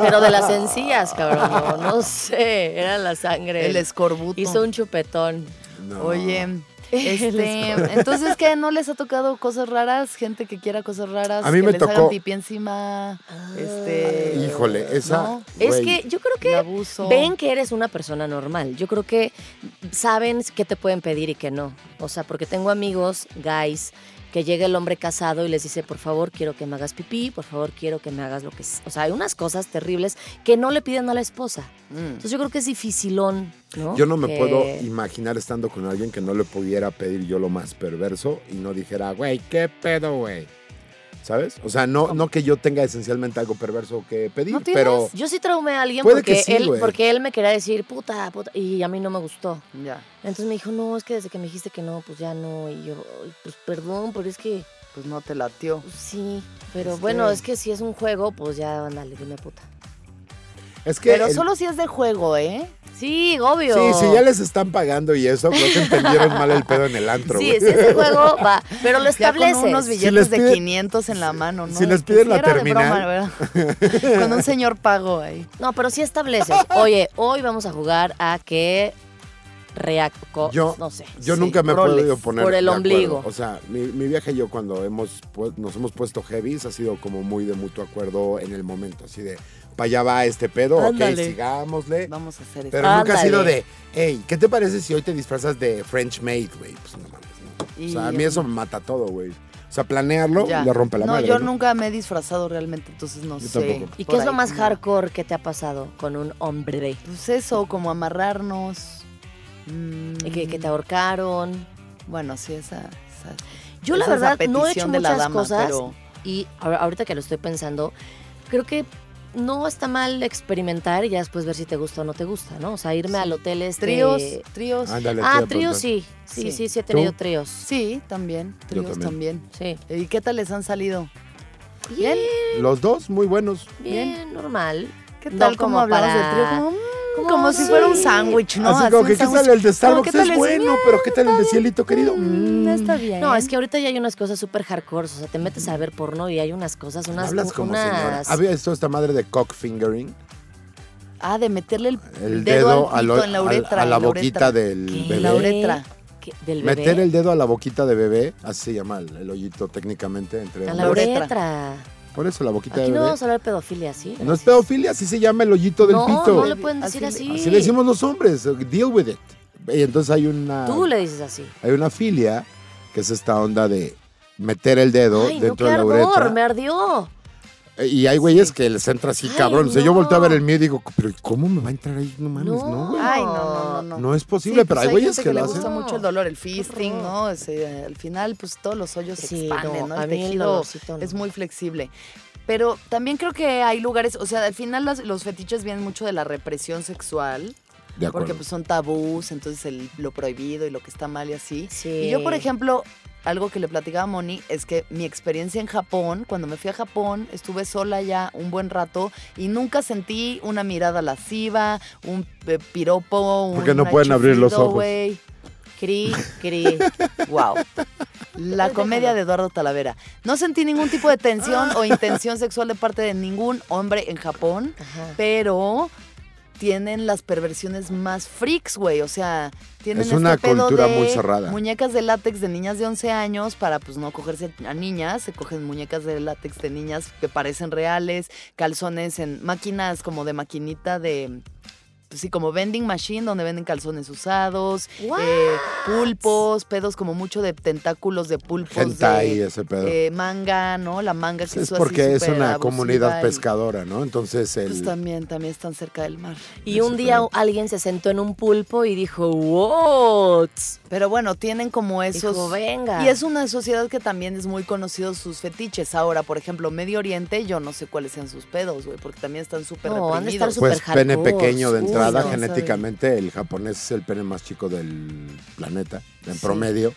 S5: pero de las encías, cabrón, no, no sé, era la sangre,
S3: el escorbuto.
S5: hizo un chupetón.
S4: No.
S3: Oye, Este, entonces, ¿qué? ¿No les ha tocado cosas raras? Gente que quiera cosas raras.
S4: A mí
S3: que
S4: me
S3: les
S4: tocó-
S3: hagan pipí encima. Este,
S4: Híjole, esa.
S3: ¿no?
S5: Es
S4: güey,
S5: que yo creo
S3: El
S5: que
S3: abuso.
S5: ven que eres una persona normal. Yo creo que saben qué te pueden pedir y qué no. O sea, porque tengo amigos, guys, que llega el hombre casado y les dice, por favor, quiero que me hagas pipí, por favor, quiero que me hagas lo que... s-". O sea, hay unas cosas terribles que no le piden a la esposa.
S3: Mm.
S5: Entonces yo creo que es dificilón, ¿no?
S4: Yo no me
S5: Que-
S4: puedo imaginar estando con alguien que no le pudiera pedir yo lo más perverso y no dijera, güey, qué pedo, güey. ¿Sabes? O sea, no, no que yo tenga esencialmente algo perverso que pedir,
S5: ¿No tienes?
S4: pero
S5: Yo sí traumé a alguien
S4: Puede que
S5: porque,
S4: sí,
S5: él,
S4: güey.
S5: porque él me quería decir, puta, puta, y a mí no me gustó.
S3: Ya,
S5: Entonces me dijo, no, es que desde que me dijiste que no, pues ya no. Y yo, "Ay, pues perdón, pero es que
S3: pues no te latió.
S5: pues, sí. Pero
S3: Es
S5: bueno,
S3: que-
S5: es que si es un juego, pues ya, ándale, dime puta.
S4: es que...
S3: Pero
S4: el-
S3: solo si es de juego, ¿eh?
S5: Sí, obvio.
S4: Sí, si ya les están pagando y eso, creo que entendieron mal el pedo en el antro,
S5: Sí,
S4: güey.
S5: si es de juego, va. Pero lo
S3: Ya con
S5: estableces.
S3: unos
S4: les
S3: billetes
S4: pide-
S3: de 500 en la mano, ¿no?
S4: si les
S3: Es que
S4: piden
S3: sí
S4: la
S3: era de broma,
S4: terminal.
S3: ¿verdad? con un señor pago ahí.
S5: No, pero sí estableces. Oye, hoy vamos a jugar a que reacco.
S4: Yo-
S5: no sé.
S4: Yo
S5: sí,
S4: nunca me he
S5: roles.
S4: podido poner.
S5: Por el
S4: de
S5: ombligo.
S4: acuerdo. O sea, mi, mi vieja y yo, cuando hemos pu- nos hemos puesto heavies, ha sido como muy de mutuo acuerdo en el momento. Así de, para allá va este pedo, ok,
S5: Ándale. pues,
S4: sigámosle.
S3: Vamos a hacer esto.
S4: Pero nunca ha
S5: Ándale.
S4: sido de, hey, ¿qué te parece si hoy te disfrazas de French maid, güey? Pues no mames, no. O sea, a mí
S3: Y-
S4: eso me mata todo, güey. O sea, planearlo
S3: Ya.
S4: le rompe la
S3: no,
S4: madre.
S3: yo
S4: ¿no?
S3: nunca me he disfrazado realmente, entonces no
S4: Yo
S3: sé.
S4: tampoco.
S5: ¿Y
S3: Por
S5: qué es lo
S3: ahí
S5: más
S3: como-
S5: hardcore que te ha pasado con un hombre?
S3: Pues eso, como amarrarnos. Mm,
S5: Y Que, que te ahorcaron.
S3: Bueno, sí, esa. esa-
S5: Yo la
S3: esa es
S5: verdad no he hecho
S3: petición de la
S5: muchas
S3: dama,
S5: cosas
S3: pero-
S5: y ahor- ahorita que lo estoy pensando, creo que no está mal experimentar y ya después ver si te gusta o no te gusta, ¿no? O sea, irme al hotel este...
S3: Tríos, tríos.
S4: Ándale, te
S5: Ah,
S4: iba a
S5: tríos
S4: preguntar.
S5: sí. Sí, sí,
S3: Sí.
S5: sí, he tenido
S4: ¿Tú?
S5: tríos. Sí.
S3: Sí, también.
S4: Yo
S3: Tríos también. ¿Y qué tal les han salido?
S5: Bien,
S4: Los dos, muy buenos.
S5: bien, normal.
S3: ¿Qué
S5: No
S3: tal como
S5: como
S3: hablamos
S5: para-
S3: de trío? Como, mm,
S5: como
S3: como si fuera un
S5: sí.
S3: sándwich, ¿no?
S4: Así como que,
S3: un
S4: ¿qué tal
S3: sándwich.
S4: el de
S3: Como,
S4: Starbucks?
S3: ¿qué
S4: Es
S3: tal ese?
S4: bueno, pero ¿qué tal el de Cielito, querido? Mm.
S3: está bien.
S5: No, es que ahorita ya hay unas cosas súper hardcore, o sea, te metes a ver porno y hay unas cosas, unas...
S4: Hablas como
S5: unas-
S4: señora. ¿Había visto esta madre de cockfingering?
S3: Ah, de meterle el,
S4: El
S3: dedo,
S4: dedo,
S3: al
S4: al-
S3: pito, en la
S4: al-
S3: uretra.
S4: a la
S3: en la
S4: boquita
S3: uretra.
S4: del
S5: ¿Qué?
S3: En la
S4: bebé.
S3: uretra.
S5: ¿Qué? ¿Del bebé?
S4: Meter el dedo a la boquita de bebé, así se llama el, el hoyito técnicamente entre
S5: A
S4: ambos.
S5: la
S3: la uretra.
S5: uretra.
S4: Por eso la boquita
S5: Aquí
S4: de
S5: no
S4: bebé.
S5: vamos a hablar de pedofilia, ¿sí?
S4: No es pedofilia, así se llama el hoyito del
S5: no,
S4: pito.
S5: No, le pueden decir
S3: Así
S5: así.
S4: Así le decimos los hombres, deal with it. Y entonces hay una
S5: Tú le dices así.
S4: hay una filia que es esta onda de meter el dedo
S5: Ay, no, qué
S4: dentro de la
S5: ardor,
S4: uretra.
S5: me ardió.
S4: Eh, Y hay güeyes que les entra así,
S5: Ay,
S4: cabrón. O sea, yo
S5: no.
S4: volteo a ver el mío y digo, pero ¿cómo me va a entrar ahí? No mames,
S5: No.
S4: no, güey.
S3: Ay, no, no, no. no.
S4: no. es posible,
S3: Sí,
S4: pero
S3: pues
S4: hay güeyes
S3: gente
S4: que
S3: le
S4: lo hacen.
S3: gusta mucho el dolor, el fisting,
S5: horror.
S3: ¿no? Ese, al final, pues todos los hoyos se
S5: Sí,
S3: expanden,
S5: no,
S3: ¿no?
S5: a
S3: El
S5: mí el
S3: tejido
S5: dolorcito no.
S3: es muy flexible. Pero también creo que hay lugares, o sea, al final las- los fetiches vienen mucho de la represión sexual,
S4: De acuerdo.
S3: porque pues son tabús, entonces el- lo prohibido y lo que está mal y así.
S5: Sí.
S3: Y yo, por ejemplo, algo que le platicaba a Moni es que mi experiencia en Japón, cuando me fui a Japón, estuve sola ya un buen rato y nunca sentí una mirada lasciva, un eh, piropo, un
S4: Porque no pueden abrir los ojos.
S5: Cri, cri.
S3: Wow. La comedia de Eduardo Talavera. No sentí ningún tipo de tensión o intención sexual de parte de ningún hombre en Japón,
S5: Ajá.
S3: pero tienen las perversiones más freaks, güey. O sea, tienen
S4: Es una
S3: este pedo
S4: cultura
S3: de
S4: muy cerrada.
S3: Muñecas de látex de niñas de 11 años para pues no cogerse a niñas, se cogen muñecas de látex de niñas que parecen reales, calzones en máquinas como de maquinita de pues sí, como vending machine donde venden calzones usados,
S5: What?
S3: eh, pulpos, pedos como mucho de tentáculos de pulpos
S4: Hentai,
S3: pues, de
S4: ese pedo. Pues,
S3: eh, manga, ¿no? La manga que
S4: es
S3: así
S4: porque es
S3: súper
S4: una
S3: abusiva
S4: comunidad
S3: y-
S4: pescadora, ¿no? Entonces el...
S3: Pues también, también están cerca del mar.
S5: Y un día alguien se sentó en un pulpo y dijo, what?
S3: Pero bueno, tienen como esos...
S5: Dijo, venga.
S3: Y es una sociedad que también es muy conocido sus fetiches. Ahora, por ejemplo, Medio Oriente, yo no sé cuáles sean sus pedos, güey, porque también están súper
S5: No, han de estar
S3: reprimidos.
S5: súper
S4: pues pene
S5: hardcore.
S4: pequeño de
S5: Uy,
S4: entrada,
S3: no,
S4: genéticamente el japonés es el pene más chico del planeta, en
S3: Sí.
S4: promedio.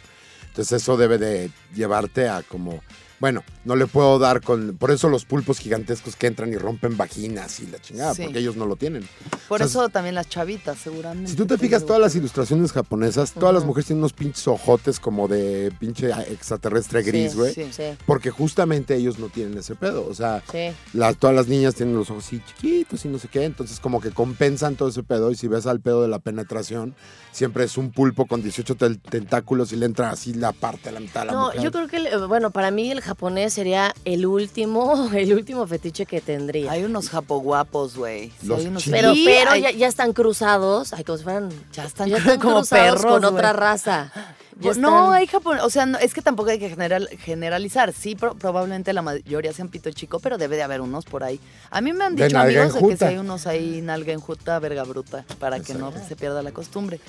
S4: Entonces eso debe de llevarte a como Bueno, no le puedo dar con. Por eso los pulpos gigantescos que entran y rompen vaginas y la chingada,
S3: Sí.
S4: porque ellos no lo tienen.
S3: Por
S4: O sea,
S3: eso también las chavitas, seguramente.
S4: Si tú te fijas, todas las ilustraciones japonesas, todas las
S3: Ujú.
S4: mujeres tienen unos pinches ojotes como de pinche extraterrestre gris,
S5: Sí,
S4: güey.
S3: sí.
S5: Sí,
S4: Porque justamente ellos no tienen ese pedo. O sea,
S5: sí.
S4: las- todas las niñas tienen los ojos así chiquitos y no sé qué, entonces como que compensan todo ese pedo y si ves al pedo de la penetración, siempre es un pulpo con 18 tel- tentáculos y le entra así la parte, la mitad de la
S5: No,
S4: mujer.
S5: yo creo que, el- bueno, para mí el japonés sería el último, el último fetiche que tendría.
S3: Hay unos japo guapos, güey. Sí,
S4: Los
S3: hay unos
S4: chinos.
S5: pero
S3: Sí,
S5: pero
S3: hay-
S5: ya, ya están cruzados, ay, como si fueran, ya
S3: están como
S5: como
S3: perros,
S5: perros con
S3: güey.
S5: otra raza. Ya
S3: Pues, No,
S5: están-
S3: hay japonés. O sea, no- es que tampoco hay que general- generalizar. Sí, pro- probablemente la mayoría sean pito chico, pero debe de haber unos por ahí. A mí me han
S4: De
S3: dicho
S4: nalga
S3: amigos de que
S4: enjuta.
S3: si hay unos ahí nalga enjuta, verga bruta, para que no se pierda la costumbre.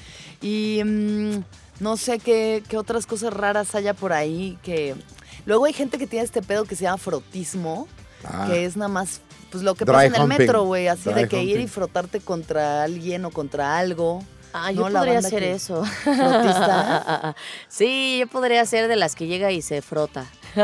S3: Y mm, no sé qué, qué otras cosas raras haya por ahí que. Luego hay gente que tiene este pedo que se llama frotismo,
S4: Ah,
S3: que es nada más pues lo que
S4: Dry
S3: pasa en el
S4: humping.
S3: metro, güey, así
S4: Dry
S3: de que ir y
S4: humping.
S3: frotarte contra alguien o contra algo.
S5: Ah, yo
S3: no, la
S5: podría
S3: banda
S5: hacer
S3: que-
S5: eso.
S3: ¿Frotista?
S5: Ah, sí, yo podría ser de las que llega y se frota.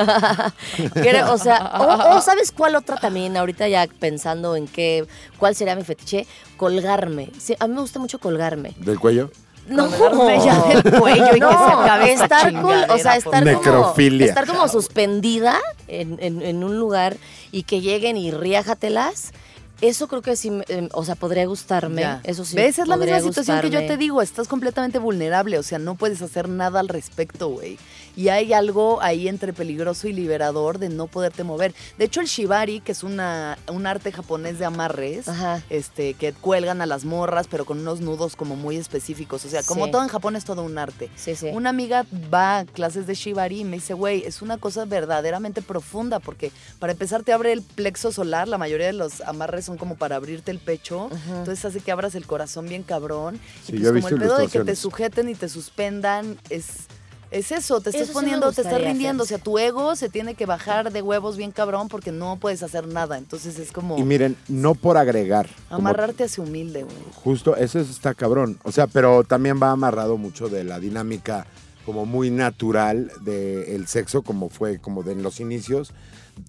S5: Creo, o sea, o, o ¿sabes cuál otra también? Ahorita ya pensando en qué, cuál sería mi fetiche, colgarme. Sí, a mí me gusta mucho colgarme.
S4: ¿Del cuello?
S5: No,
S3: Colgarme ya del cuello y que se acabe esta
S5: estar col- o
S3: chingadera, por
S5: sea, estar como,
S4: favor. Necrofilia.
S5: estar como suspendida en, en- en un lugar y que lleguen y riájatelas. Eso creo que sí, me- em, o sea, podría gustarme.
S3: Ya.
S5: Eso sí.
S3: ¿Ves? Es la misma
S5: podría
S3: situación que yo
S5: gustarme.
S3: te digo. Estás completamente vulnerable. O sea, no puedes hacer nada al respecto, güey. Y hay algo ahí entre peligroso y liberador de no poderte mover. De hecho, el shibari, que es una, un arte japonés de amarres.
S5: Ajá.
S3: Este, que cuelgan a las morras, pero con unos nudos como muy específicos. O sea, como
S5: Sí.
S3: todo en Japón es todo un arte.
S5: Sí, sí.
S3: Una amiga va a clases de Shibari y me dice, güey, es una cosa verdaderamente profunda porque para empezar te abre el plexo solar, la mayoría de los amarres son como para abrirte el pecho, entonces hace que abras el corazón bien cabrón.
S4: Sí,
S3: y
S4: yo he
S3: pues como
S4: visto
S3: el pedo de que te
S4: ilustraciones.
S3: sujeten y te suspendan es... Es eso, te estás
S5: Eso sí me
S3: poniendo, te estás
S5: gustaría,
S3: rindiendo, o sea,
S5: fíjate.
S3: tu ego se tiene que bajar de huevos bien cabrón porque no puedes hacer nada, entonces es como
S4: Y miren, no por agregar. como
S3: amarrarte hacia humilde, güey.
S4: Justo, eso está cabrón. O sea, pero también va amarrado mucho de la dinámica como muy natural del sexo, como fue como de en los inicios,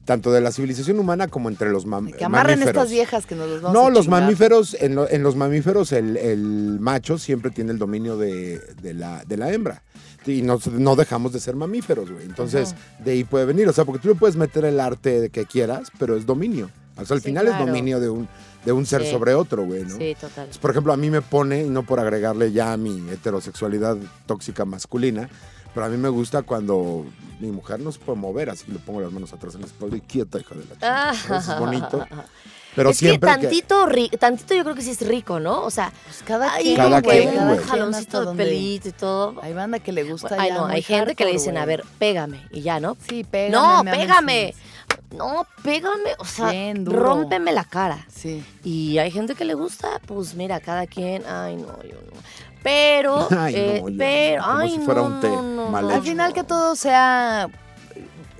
S4: tanto de la civilización humana como entre los mam-
S3: Que amarren
S4: mamíferos.
S3: estas viejas que nos las vamos
S4: No,
S3: a
S4: los
S3: chingar.
S4: mamíferos, en, lo- en los mamíferos el, el macho siempre tiene el dominio de, de la, de la hembra. Y no, no dejamos de ser mamíferos, güey. Entonces, de ahí puede venir. O sea, porque tú le puedes meter el arte que quieras, pero es dominio. O sea, al
S5: Sí,
S4: final
S5: claro.
S4: es dominio de un, de un ser
S5: Sí.
S4: sobre otro, güey, ¿no?
S5: Sí, total.
S4: Entonces, por ejemplo, a mí me pone, y no por agregarle ya a mi heterosexualidad tóxica masculina, pero a mí me gusta cuando mi mujer no se puede mover, así le pongo las manos atrás en la espalda y quieta, hija de la chingada. ¿sabes? Es bonito. Pero
S5: Ah. es que
S4: siempre. que-
S5: tantito, ri- tantito yo creo que sí es rico, ¿no? O sea,
S3: Pues cada
S5: ahí
S3: quien,
S4: Cada
S5: como que
S4: quien,
S5: un
S4: güey.
S5: jaloncito de pelito y todo.
S3: Hay banda que le gusta
S5: Ay,
S3: ya
S5: no,
S3: muy
S5: hay gente que
S3: hardcore,
S5: le dicen, a
S3: güey.
S5: ver, pégame y ya, ¿no?
S3: Sí, pégame.
S5: no,
S3: me amas
S5: pégame.
S3: más.
S5: No, pégame, o sea,
S3: Bien duro.
S5: rómpeme la cara.
S3: Sí.
S5: Y hay gente que le gusta, pues mira, cada quien, ay no, yo no. Pero,
S4: Ay, no,
S5: eh,
S4: yo no,
S5: pero,
S4: como
S5: ay,
S4: si fuera
S5: no,
S4: un té
S5: no, no,
S4: mal
S5: no,
S4: hecho.
S3: Al final que
S5: no.
S3: todo sea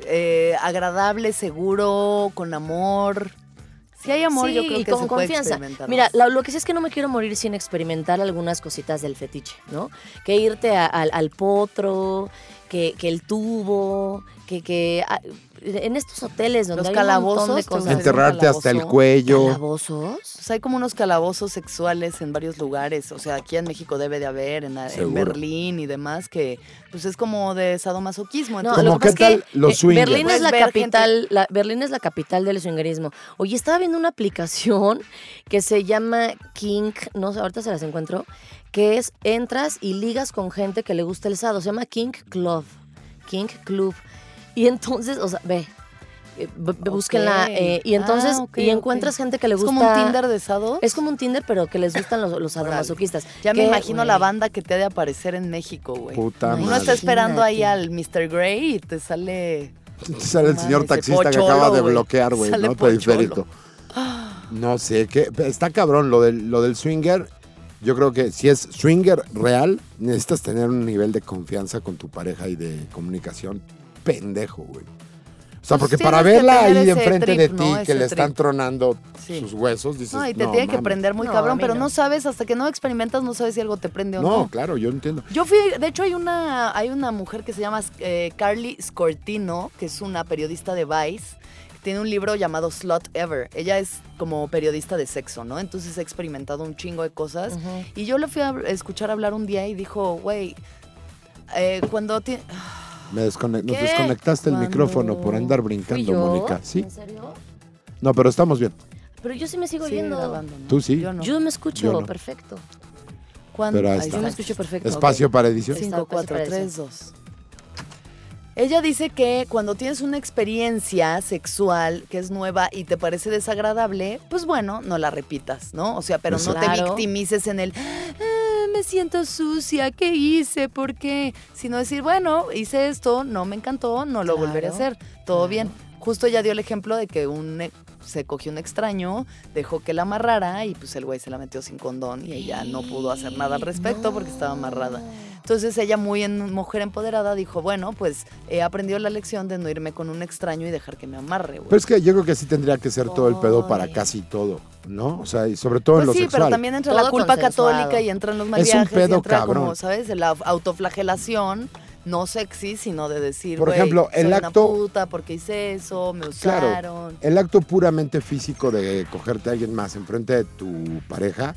S3: eh, agradable, seguro, con amor. Si hay amor,
S5: Sí,
S3: yo creo
S5: y
S3: que
S5: con
S3: se puede
S5: confianza.
S3: experimentar
S5: Mira,
S3: más.
S5: lo, lo que sí es que no me quiero morir sin experimentar algunas cositas del fetiche, ¿no? Que irte a- al, al potro, que, que el tubo, que, que ah, en estos hoteles donde
S3: Los
S5: hay un montón
S3: calabozos,
S5: de
S3: ¿te
S5: cosas.
S3: gustaría?
S4: Enterrarte hasta el
S3: Calabozo.
S4: cuello.
S5: ¿Calabozos?
S3: Pues hay como unos calabozos sexuales en varios lugares, o sea, aquí en México debe de haber, en, en
S4: Seguro.
S3: Berlín y demás, que pues es como de sadomasoquismo.
S5: No,
S3: entonces-
S5: lo
S4: Como
S5: que pasa
S4: qué
S5: es que,
S4: tal los
S5: eh,
S4: swingers.
S5: Berlín es
S3: Puedes
S5: la
S3: Pues ver
S5: capital, la- Berlín es la capital del swingerismo. Oye, estaba viendo una aplicación que se llama Kink, no sé, ahorita se las encuentro, que es entras y ligas con gente que le gusta el sado, se llama Kink Club. Kink Club. Y entonces, o sea, ve eh, b- b- búsquenla
S3: Ok.
S5: eh, y entonces
S3: Ah, ok,
S5: y encuentras
S3: ok.
S5: gente que le
S3: ¿Es
S5: gusta
S3: como un Tinder de sado?
S5: es como un Tinder, pero que les gustan los, los sadomasoquistas.
S3: Ya me
S5: Que,
S3: imagino la
S5: güey,
S3: banda que te ha de aparecer en México, güey.
S4: Puta
S3: Uno
S4: madre.
S3: está esperando ahí
S5: Imagínate.
S3: al Mr. Grey y te sale
S4: Sale el
S3: Mames,
S4: señor
S3: de
S4: taxista que
S3: pocholo,
S4: acaba de
S3: güey.
S4: bloquear, güey,
S3: Sale
S4: ¿no?
S3: pocholo.
S4: Periférico. No sé, que está cabrón lo del, lo del swinger. Yo creo que si es swinger real, necesitas tener un nivel de confianza con tu pareja y de comunicación pendejo, güey. O sea, porque
S3: Pues
S4: para
S3: tienes que
S4: verla
S3: tener
S4: ahí
S3: ese
S4: enfrente
S3: trip,
S4: de
S3: ¿no?
S4: ti, que
S3: Ese
S4: le están
S3: trip.
S4: tronando
S3: Sí.
S4: sus huesos, dices.
S3: No, y te tiene que
S4: Pues, mames".
S3: prender muy
S5: No, a
S3: cabrón,
S5: mí
S3: pero
S5: no.
S3: no. sabes, hasta que no experimentas, no sabes si algo te prende o no.
S4: No, claro, yo entiendo.
S3: Yo fui, de hecho hay una, hay una mujer que se llama eh, Carly Scortino, que es una periodista de Vice, que tiene un libro llamado Slot Ever. Ella es como periodista de sexo, ¿no? Entonces ha experimentado un chingo de cosas. Y yo le fui a escuchar hablar un día y dijo, güey, eh, cuando... ti-
S4: Me descone- Nos
S3: ¿Qué?
S4: desconectaste el
S5: Cuando
S4: micrófono por andar
S5: ¿Fui
S4: brincando,
S5: yo?
S4: Mónica. Sí.
S3: pues,
S5: ¿En serio?
S4: No, pero estamos bien.
S5: Pero yo sí me sigo
S3: Sí,
S5: viendo.
S3: grabando, ¿no?
S4: Tú sí.
S3: Yo no.
S5: Yo me escucho,
S4: Yo no.
S5: perfecto.
S3: Cuando-
S4: Pero
S3: Ay,
S4: ahí está.
S3: yo
S5: Yo me
S3: no
S5: escucho
S3: escucho
S5: perfecto.
S4: Espacio
S5: ok.
S4: para edición.
S5: Sí.
S3: 5,
S5: Está, pues,
S3: 4,
S5: parece.
S3: 3, 2. Ella dice que cuando tienes una experiencia sexual que es nueva y te parece desagradable, pues bueno, no la repitas, ¿no? O sea, pero no te
S5: Claro.
S3: victimices en el "Ah, me siento sucia, ¿qué hice? ¿Por qué? Sino decir, bueno, hice esto, no me encantó, no lo volveré a
S5: Claro,
S3: hacer, todo
S5: claro.
S3: bien. Justo ella dio el ejemplo de que un eh, se cogió un extraño, dejó que la amarrara y pues el güey se la metió sin condón y ella no pudo hacer nada al respecto porque estaba amarrada. Entonces ella, muy en mujer empoderada, dijo, bueno, pues he aprendido la lección de no irme con un extraño y dejar que me amarre, güey.
S4: Pero es que yo creo que sí tendría que ser todo el pedo para
S5: Oye.
S4: casi todo, ¿no? O sea, y sobre todo
S3: Pues
S4: en lo
S3: sí,
S4: sexual.
S3: pero también entra la
S5: Todo
S3: culpa
S5: consensuado.
S3: católica y entran los mal
S4: Es un
S3: viajes y
S4: pedo
S3: entra
S4: cabrón.
S3: como, ¿sabes? La autoflagelación, no sexy, sino de decir,
S4: Por
S3: güey,
S4: ejemplo, el
S3: soy
S4: acto-
S3: una puta porque hice eso, me
S4: Claro.
S3: usaron.
S4: El acto puramente físico de cogerte a alguien más enfrente de tu pareja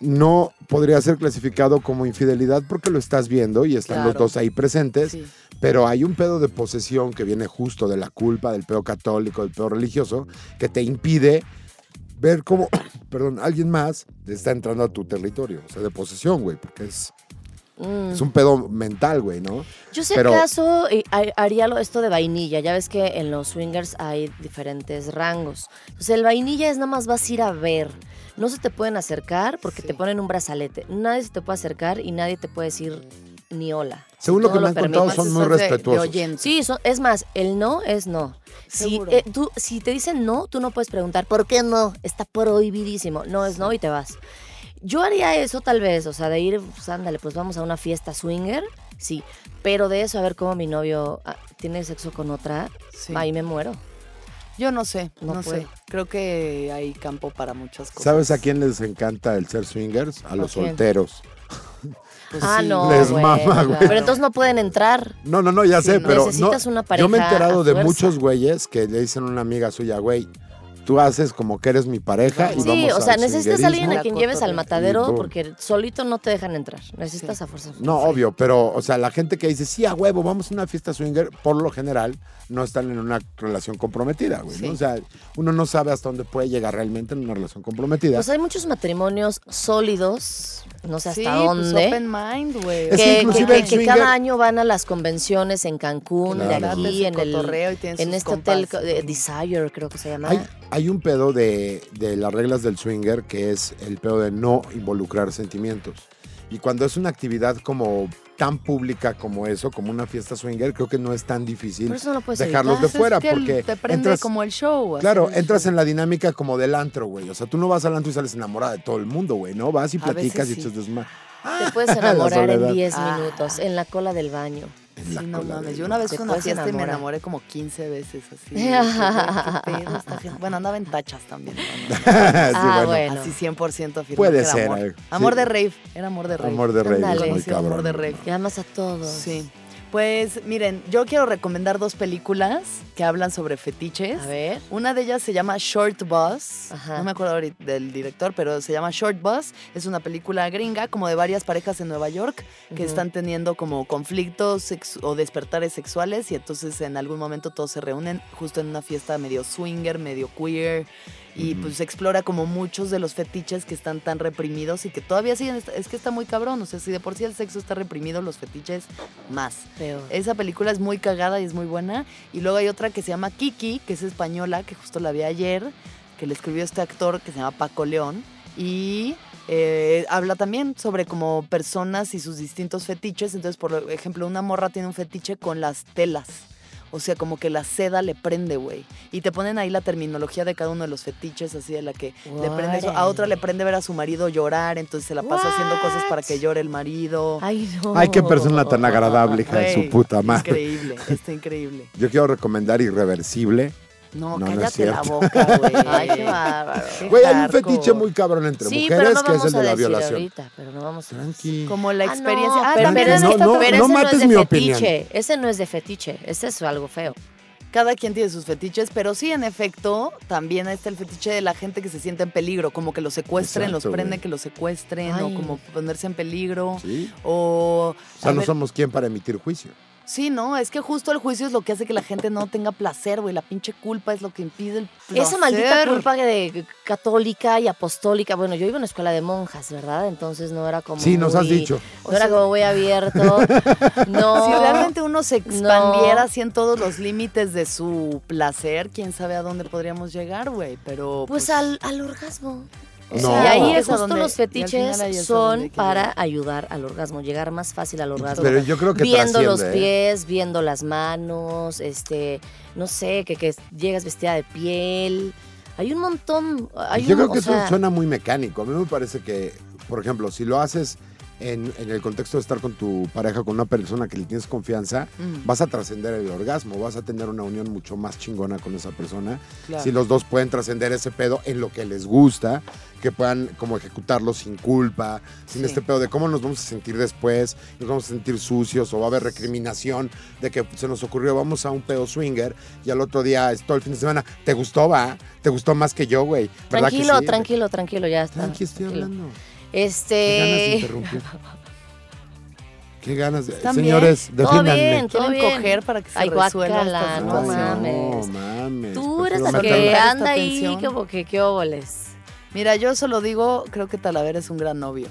S4: no podría ser clasificado como infidelidad porque lo estás viendo y están los
S3: Claro.
S4: dos ahí presentes,
S3: Sí.
S4: pero hay un pedo de posesión que viene justo de la culpa, del pedo católico, del pedo religioso, que te impide ver cómo, perdón, alguien más está entrando a tu territorio, o sea, de posesión, güey, porque es,
S5: Mm.
S4: es un pedo mental, güey, ¿no?
S5: Yo si
S4: Pero-
S5: acaso eh, ha- haría lo- esto de vainilla. Ya ves que en los swingers hay diferentes rangos. Entonces el vainilla es nada más vas a ir a ver. No se te pueden acercar porque
S3: Sí.
S5: te ponen un brazalete. Nadie se te puede acercar y nadie te puede decir ni hola.
S4: Según
S5: Si
S4: lo que
S5: todo
S4: me han contado,
S5: permites-
S4: son muy
S3: Estás de- de
S4: respetuosos.
S3: oyente.
S5: Sí, son- es más, el no es no. Si,
S3: Seguro.
S5: eh, tú, si te dicen no, tú no puedes preguntar, ¿por qué no? Está prohibidísimo. No es no y te vas. Yo haría eso tal vez, o sea, de ir, pues ándale, pues vamos a una fiesta swinger, sí, pero de eso a ver cómo mi novio ah, tiene sexo con otra,
S3: Sí.
S5: ahí me muero.
S3: Yo no sé,
S5: No
S3: no,
S5: puedo.
S3: sé. Creo que hay campo para muchas cosas.
S4: ¿Sabes a quién les encanta el ser swingers? A los
S5: ¿A quién?
S4: solteros.
S3: Pues
S5: ah,
S3: sí.
S5: no.
S4: Les
S5: güey,
S4: mama, güey.
S5: Pero entonces no pueden entrar.
S4: No, no, no, ya
S3: Sí,
S4: sé,
S3: no.
S4: pero
S5: Necesitas
S4: no,
S5: una
S4: yo me he
S5: pareja
S4: enterado
S5: a
S4: de
S5: fuerza.
S4: muchos güeyes que le dicen a una amiga suya, güey, tú haces como que eres mi pareja y
S5: Sí,
S4: vamos
S5: o sea,
S4: al
S5: necesitas a alguien
S4: swingerismo.
S5: a quien lleves al
S3: cotorreo.
S5: matadero
S4: Y boom.
S5: porque solito no te dejan entrar. Necesitas a fuerza.
S4: No, obvio, pero, o sea, la gente que dice, sí, a huevo, vamos a una fiesta swinger, por lo general, no están en una relación comprometida, güey. ¿no?
S3: Sí.
S4: O sea, uno no sabe hasta dónde puede llegar realmente en una relación comprometida.
S5: Pues hay muchos matrimonios sólidos, no sé hasta
S3: Sí, pues
S5: dónde.
S3: open mind, güey.
S4: Es que
S5: que,
S4: inclusive
S5: que-
S4: el
S5: que
S4: swinger-
S5: cada año van a las convenciones en Cancún, de
S4: Claro.
S5: aquí,
S3: Hacen
S5: en, el,
S3: cotorreo y tienen
S5: en
S3: sus
S5: este
S3: compas.
S5: hotel eh, Desire, creo que se llama.
S4: Hay, hay un pedo de, de las reglas del swinger que es el pedo de no involucrar sentimientos. Y cuando es una actividad como tan pública como eso, como una fiesta swinger, creo que no es tan difícil
S5: Por eso no lo puedes
S4: dejarlos
S5: evitar.
S4: de fuera
S3: Pues es que
S4: porque
S3: te prende
S4: entras
S3: como el show. hacer
S4: Claro,
S3: el
S4: entras
S3: show.
S4: en la dinámica como del antro, güey. O sea, tú no vas al antro y sales enamorada de todo el mundo, güey, ¿no? Vas y
S3: A veces
S4: platicas y
S3: sí.
S4: echas desmadre.
S5: Te puedes
S4: ah, La
S5: enamorar en
S4: soledad.
S5: 10
S3: Ah.
S5: minutos, en la cola del baño.
S4: en la
S3: Sí, no
S4: cola
S3: mames.
S4: del
S3: Yo una vez
S5: Te
S3: fui a una
S5: puedes
S3: fiesta y me
S5: enamorar.
S3: enamoré como 15 veces así. de que, güey, qué pedo esta gente. Bueno, andaba en tachas también. ¿no?
S4: Sí,
S5: ah,
S4: bueno.
S5: bueno.
S3: Así 100% afirmo
S4: Puede
S3: que era
S4: ser,
S3: Amor,
S4: eh, sí.
S3: amor de rave. Era amor de rave.
S4: Amor de rey,
S5: Ándale.
S4: es muy
S3: Sí, amor
S4: cabrón.
S3: de rey.
S4: ¿no?
S5: Que amas a todos.
S3: Sí. Pues miren, yo quiero recomendar dos películas que hablan sobre fetiches.
S5: A ver.
S3: Una de ellas se llama Short Bus.
S5: Ajá.
S3: No me acuerdo ahorita del director, pero se llama Short Bus. Es una película gringa como de varias parejas en Nueva York que
S5: Ujú.
S3: están teniendo como conflictos sex- o despertares sexuales y entonces en algún momento todos se reúnen justo en una fiesta medio swinger, medio queer. Y
S4: Ujú.
S3: pues explora como muchos de los fetiches que están tan reprimidos y que todavía siguen. Es que está muy cabrón. O sea, si de por sí el sexo está reprimido, los fetiches más.
S5: Peor.
S3: Esa película es muy cagada y es muy buena. Y luego hay otra que se llama Kiki, que es española, que justo la vi ayer, que la escribió este actor que se llama Paco León. Y eh, habla también sobre como personas y sus distintos fetiches. Entonces, por ejemplo, una morra tiene un fetiche con las telas. O sea, como que la seda le prende, güey. Y te ponen ahí la terminología de cada uno de los fetiches, así de la que le prende eso. A otra le prende ver a su marido llorar, entonces se la pasa haciendo cosas para que llore el marido.
S5: Ay, no.
S4: Ay, qué persona tan agradable, hija
S3: Güey,
S4: de su puta madre.
S3: Increíble, está increíble.
S4: Yo quiero recomendar Irreversible.
S3: No,
S4: No, no es
S3: cállate la
S4: cierto.
S3: boca, güey.
S5: Ay, qué bárbaro.
S4: Güey, hay un
S3: hardcore.
S4: fetiche muy cabrón entre
S5: Sí, pero
S4: mujeres
S5: no
S4: que es
S5: vamos a
S4: el de la
S5: decir
S4: violación.
S5: ahorita, pero no vamos a decir.
S4: Tranqui.
S3: Como la
S5: Ah, no,
S3: experiencia. Ah,
S5: pero,
S3: también
S5: pero
S4: no,
S5: ese-
S4: no,
S5: pero
S4: no
S5: ese
S4: mates
S5: es de
S4: mi
S5: fetiche, ese no es de fetiche, ese es algo feo.
S3: cada quien tiene sus fetiches, pero sí, en efecto, también está el fetiche de la gente que se siente en peligro, como que los secuestren,
S4: Exacto,
S3: los prenden,
S4: güey.
S3: que los secuestren,
S5: Ay.
S3: o como ponerse en peligro,
S4: Sí.
S3: o...
S4: O sea,
S3: a
S4: no
S3: ver,
S4: somos quien para emitir juicio.
S3: Sí, no, es que justo el juicio es lo que hace que la gente no tenga placer, güey, la pinche culpa es lo que impide el placer.
S5: Esa maldita culpa de católica y apostólica. Bueno, yo iba a una escuela de monjas, ¿verdad? Entonces no era como.
S4: Sí, nos has
S5: muy-
S4: dicho.
S5: No era como muy abierto. Oh. No.
S3: Si realmente uno se expandiera así en todos los límites de su placer, quién sabe a dónde podríamos llegar, güey, pero...
S5: Pues al, al orgasmo. O
S4: No.
S5: sea, y ahí
S3: Es
S5: justo
S3: a donde-
S5: los
S3: y al final
S5: fetiches
S3: ahí es a donde hay
S5: son
S3: que
S5: para
S3: llegar.
S5: ayudar al orgasmo, llegar más fácil al orgasmo.
S4: Pero yo creo que
S5: viendo los
S4: trasciende, ¿eh?
S5: pies, viendo las manos, este, no sé, que, que llegas vestida de piel. Hay un montón. Hay
S4: Yo
S5: un-
S4: creo
S5: o
S4: que eso
S5: sea,
S4: suena muy mecánico. A mí me parece que, por ejemplo, si lo haces en, en el contexto de estar con tu pareja, con una persona que le tienes confianza,
S3: Mm,
S4: vas a trascender el orgasmo, vas a tener una unión mucho más chingona con esa persona.
S3: claro.
S4: Si los dos pueden trascender ese pedo en lo que les gusta, que puedan como ejecutarlo sin culpa, sin
S3: Sí.
S4: este pedo de cómo nos vamos a sentir después, nos vamos a sentir sucios o va a haber recriminación de que se nos ocurrió, vamos a un pedo swinger y al otro día, es todo el fin de semana, ¿te gustó, va? ¿Te gustó más que yo, güey? ¿Verdad que
S5: Tranquilo,
S4: sí?
S5: tranquilo, tranquilo, ya está.
S4: Tranqui, estoy
S5: tranquilo.
S4: hablando. Qué ganas de
S5: Este.
S4: interrumpir. Qué ganas de...
S3: ¿Están
S4: Señores,
S5: Todo bien,
S4: defiéndanme.
S5: todo
S3: Quieren
S5: bien.
S3: coger para que se
S5: Ay,
S3: resuelva esta
S5: guácala, no
S3: situación.
S5: mames.
S4: mames.
S5: Tú eres
S4: prefiero
S5: la
S3: meterme.
S5: que
S4: matarme.
S3: Esta
S5: anda ahí
S3: tensión.
S5: como que qué óboles.
S3: Mira, yo solo digo, creo que Talavera es un gran novio.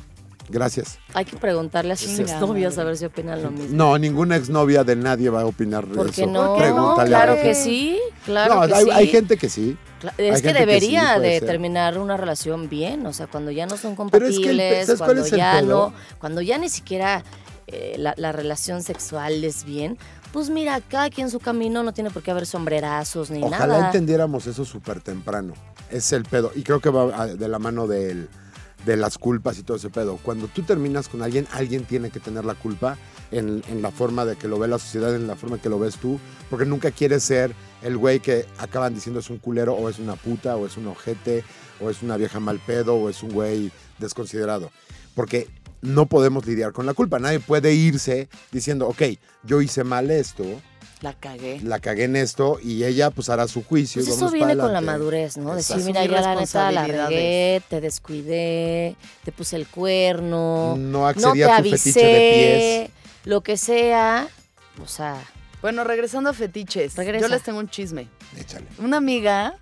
S4: Gracias.
S5: Hay Pues que preguntarle a sus
S3: Chinga
S5: exnovios
S3: madre.
S5: a ver si opinan lo mismo.
S4: No, ninguna exnovia de nadie va a opinar de
S5: ¿Por qué
S4: eso.
S5: no?
S3: ¿Por qué no?
S4: Pregúntale a
S5: Claro
S4: la
S5: que
S4: gente.
S5: sí, claro
S4: no,
S5: que
S4: hay,
S5: sí.
S4: hay gente que sí.
S5: Cla-
S4: hay
S5: es que
S4: gente que sí,
S5: debería
S4: puede
S5: de
S4: ser.
S5: terminar una relación bien, o sea, cuando ya no son
S4: Pero es
S5: compatibles,
S4: que el pe- ¿sabes cuál
S5: cuando
S4: es el
S5: ya
S4: pedo?
S5: no, cuando ya ni siquiera eh, la, la relación sexual es bien, pues mira, cada quien su camino, no tiene por qué haber sombrerazos ni
S4: Ojalá
S5: nada.
S4: entendiéramos eso súper temprano. Es el pedo. Y creo que va a- de la mano del- de las culpas y todo ese pedo. Cuando tú terminas con alguien, alguien tiene que tener la culpa en, en la forma de que lo ve la sociedad, en la forma que lo ves tú. Porque nunca quieres ser el güey que acaban diciendo es un culero o es una puta o es un ojete o es una vieja mal pedo o es un güey desconsiderado. Porque no podemos lidiar con la culpa. Nadie puede irse diciendo, ok, yo hice mal esto,
S3: La cagué.
S4: la cagué en esto y ella pues hará su juicio.
S5: Pues
S4: y
S5: eso
S4: vamos
S5: viene
S4: para
S5: con la
S4: adelante.
S5: madurez, ¿no? Decir,
S4: Exacto.
S5: mira, ya la neta la regué,
S3: Responsabilidades.
S5: te descuidé, te puse el cuerno,
S4: no
S5: no
S4: Mm, accedí
S5: te
S4: a tu fetiche de
S5: avisé, lo que sea, o sea,
S3: Bueno, regresando a fetiches,
S5: Regresa.
S3: yo les tengo un chisme.
S4: pies. Échale.
S3: Una amiga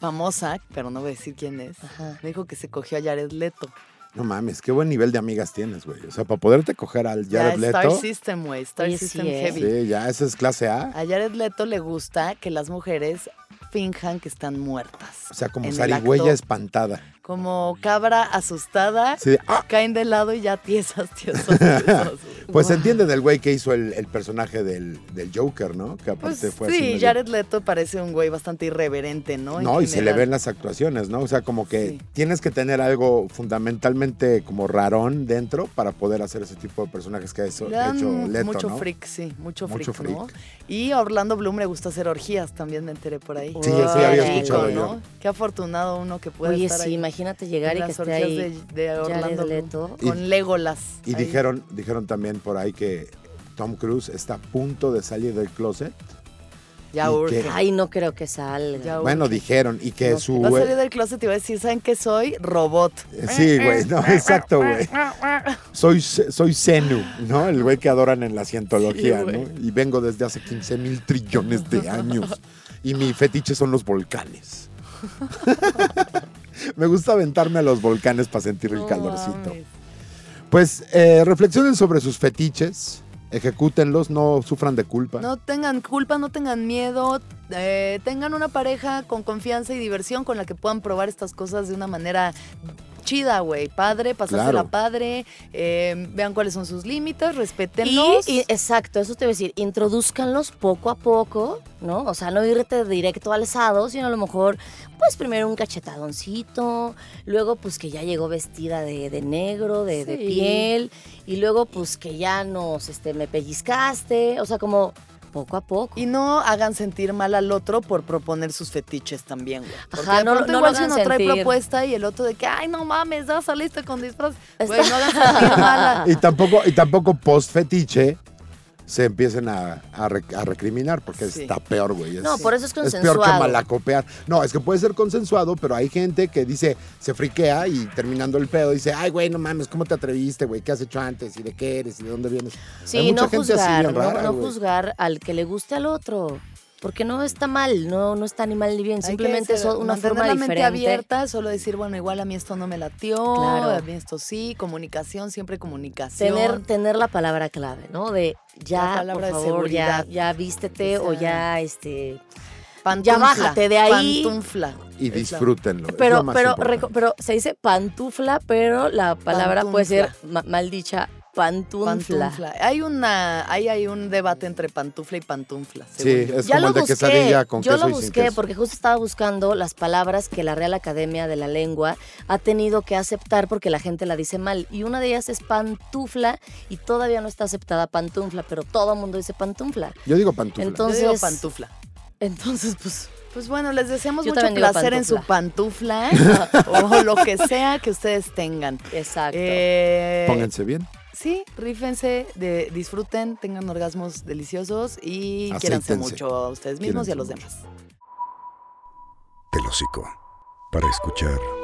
S3: famosa, pero no voy a decir quién es,
S5: ajá.
S3: me dijo que se cogió a Jared Leto.
S4: No mames, qué buen nivel de amigas tienes, güey. O sea, para poderte coger al
S3: Ya,
S4: Jared
S3: Star
S4: Leto.
S3: System, güey. Star
S5: Oye, sí,
S3: System
S5: ¿eh?
S3: Heavy.
S4: Sí, ya, esa es clase A.
S3: A Jared Leto le gusta que las mujeres finjan que están muertas.
S4: O sea, como
S3: en el
S4: zarigüeya
S3: acto.
S4: espantada.
S3: Como cabra asustada,
S4: Sí, de, ¡ah!
S3: caen de lado y ya tiesas, tiesas, tiesas. güey.
S4: Pues se entiende del güey que hizo el, el personaje del, del Joker, ¿no? Que
S3: Pues
S4: aparte
S3: sí,
S4: fue así. medio-
S3: Jared Leto parece un güey bastante irreverente, ¿no? En
S4: No, y se le
S3: general.
S4: ven las actuaciones, ¿no? O sea, como que
S3: Sí.
S4: tienes que tener algo fundamentalmente como rarón dentro para poder hacer ese tipo de personajes que ha hecho,
S3: Le
S4: ha
S3: dan
S4: hecho Leto,
S3: mucho
S4: ¿no?
S3: freak, sí, mucho,
S4: Mucho
S3: freak, ¿no?
S4: freak.
S3: Y a Orlando Bloom le gusta hacer orgías, también me enteré por ahí.
S4: Sí, eso ya había escuchado yo.
S3: Qué afortunado uno que puede
S5: Oye,
S3: estar
S5: sí,
S3: ahí
S5: imagínate
S3: en
S5: llegar y que
S3: las
S5: esté
S3: orgías
S5: ahí
S3: de, de Orlando
S5: Jared
S3: Bloom,
S5: Leto.
S4: Y-
S3: con Legolas.
S4: Y
S3: ahí.
S4: dijeron, dijeron también por ahí que Tom Cruise está a punto de salir del closet.
S3: Ya
S4: y
S3: urge.
S4: que-
S5: Ay, no creo que salga.
S3: Ya
S4: Bueno, dijeron, y que
S5: No,
S4: su... Eh,
S3: Va a salir del closet y va a decir, ¿saben qué soy? Robot.
S4: Sí, güey, no, exacto, güey.
S3: Ah,
S4: Soy, soy Zenu, ¿no? El güey que adoran en la cientología,
S3: Sí, güey.
S4: ¿no? Y vengo desde hace 15 mil trillones de años. Y mi fetiche son los volcanes. Me gusta aventarme a los volcanes para sentir el
S3: No
S4: calorcito.
S3: mames.
S4: Pues eh, reflexionen sobre sus fetiches, ejecútenlos, no sufran de culpa.
S3: No tengan culpa, no tengan miedo. eh, tengan una pareja con confianza y diversión con la que puedan probar estas cosas de una manera chida, güey. Padre, pasársela
S4: Claro.
S3: padre. eh, vean cuáles son sus límites,
S5: Y,
S3: respétenlos.
S5: y- eh, exacto, eso te iba a decir, introduzcanlos poco a poco, ¿no? O sea, no irte directo alzado, sino a lo mejor, pues primero un cachetadoncito, luego pues que ya llegó vestida de, de negro, de, de
S3: Sí.
S5: piel, y luego pues que ya nos, este, me pellizcaste, o sea, como poco a poco.
S3: Y no hagan sentir mal al otro por proponer sus fetiches también, güey. Porque
S5: Ajá,
S3: de
S5: no-
S3: pronto
S5: no lo
S3: igual si
S5: hagan
S3: uno trae
S5: sentir.
S3: propuesta y el otro de que, ay, no mames, ya saliste con disfraz. Güey,
S5: Está-
S3: no hagan sentir mal a-
S4: Y tampoco, y tampoco post fetiche se empiecen a, a re- a recriminar, porque
S3: Sí.
S4: está peor, güey.
S5: No, por eso es
S4: Es peor que
S5: consensuado.
S4: malacopear. No, es que puede ser consensuado, pero hay gente que dice, se friquea y terminando el pedo dice, ay, güey, no mames, ¿cómo te atreviste, güey? ¿Qué has hecho antes? ¿Y de qué eres? ¿Y de dónde vienes? Hay
S5: Sí,
S4: mucha
S5: no
S4: gente así
S5: juzgar,
S4: bien
S5: no,
S4: rara,
S5: no
S4: güey.
S5: juzgar al que le guste al otro. Porque no está mal, no, no está ni mal ni bien,
S3: Hay que
S5: simplemente es
S3: ser-
S5: una
S3: mantener
S5: forma
S3: la
S5: diferente.
S3: mente abierta, solo decir, bueno, igual a mí esto no me latió,
S5: Claro.
S3: a mí esto sí, comunicación, siempre comunicación.
S5: tener, tener la palabra clave, ¿no? De
S3: La
S5: ya,
S3: palabra
S5: por
S3: de
S5: favor, ya,
S3: seguridad.
S5: ya vístete
S3: O
S5: o
S3: sea,
S5: ya, este...
S3: Pantufla,
S5: Ya bájate de ahí.
S3: Pantufla.
S4: Y disfrútenlo. es lo
S5: Pero,
S4: más
S5: pero,
S4: importante.
S5: reco- pero se dice pantufla, pero la palabra puede ser ma- mal dicha pantunfla.
S3: Pantufla. Hay una, ahí hay un debate entre pantufla y pantufla.
S4: Sí,
S3: según yo.
S4: es
S5: ya
S4: como
S5: lo
S4: el de
S5: busqué,
S4: quesadilla con
S5: yo
S4: queso
S5: lo
S4: y sin
S5: busqué
S4: queso.
S5: porque justo estaba buscando las palabras que la Real Academia de la Lengua ha tenido que aceptar porque la gente la dice mal. Y una de ellas es pantufla y todavía no está aceptada pantufla, pero todo el mundo dice pantufla.
S4: Yo digo pantufla.
S5: Entonces-
S3: Yo digo pantufla.
S5: Entonces, pues...
S3: Pues bueno, les deseamos
S5: Yo
S3: mucho
S5: también digo
S3: placer en su pantufla o lo que sea que ustedes tengan.
S5: Exacto.
S3: Eh,
S4: Pónganse bien.
S3: Sí, rífense, de- disfruten, tengan orgasmos deliciosos y quiéranse
S4: Aceítense.
S3: mucho a ustedes mismos y a los
S4: Quiéranse
S3: demás.
S1: El hocico. Para escuchar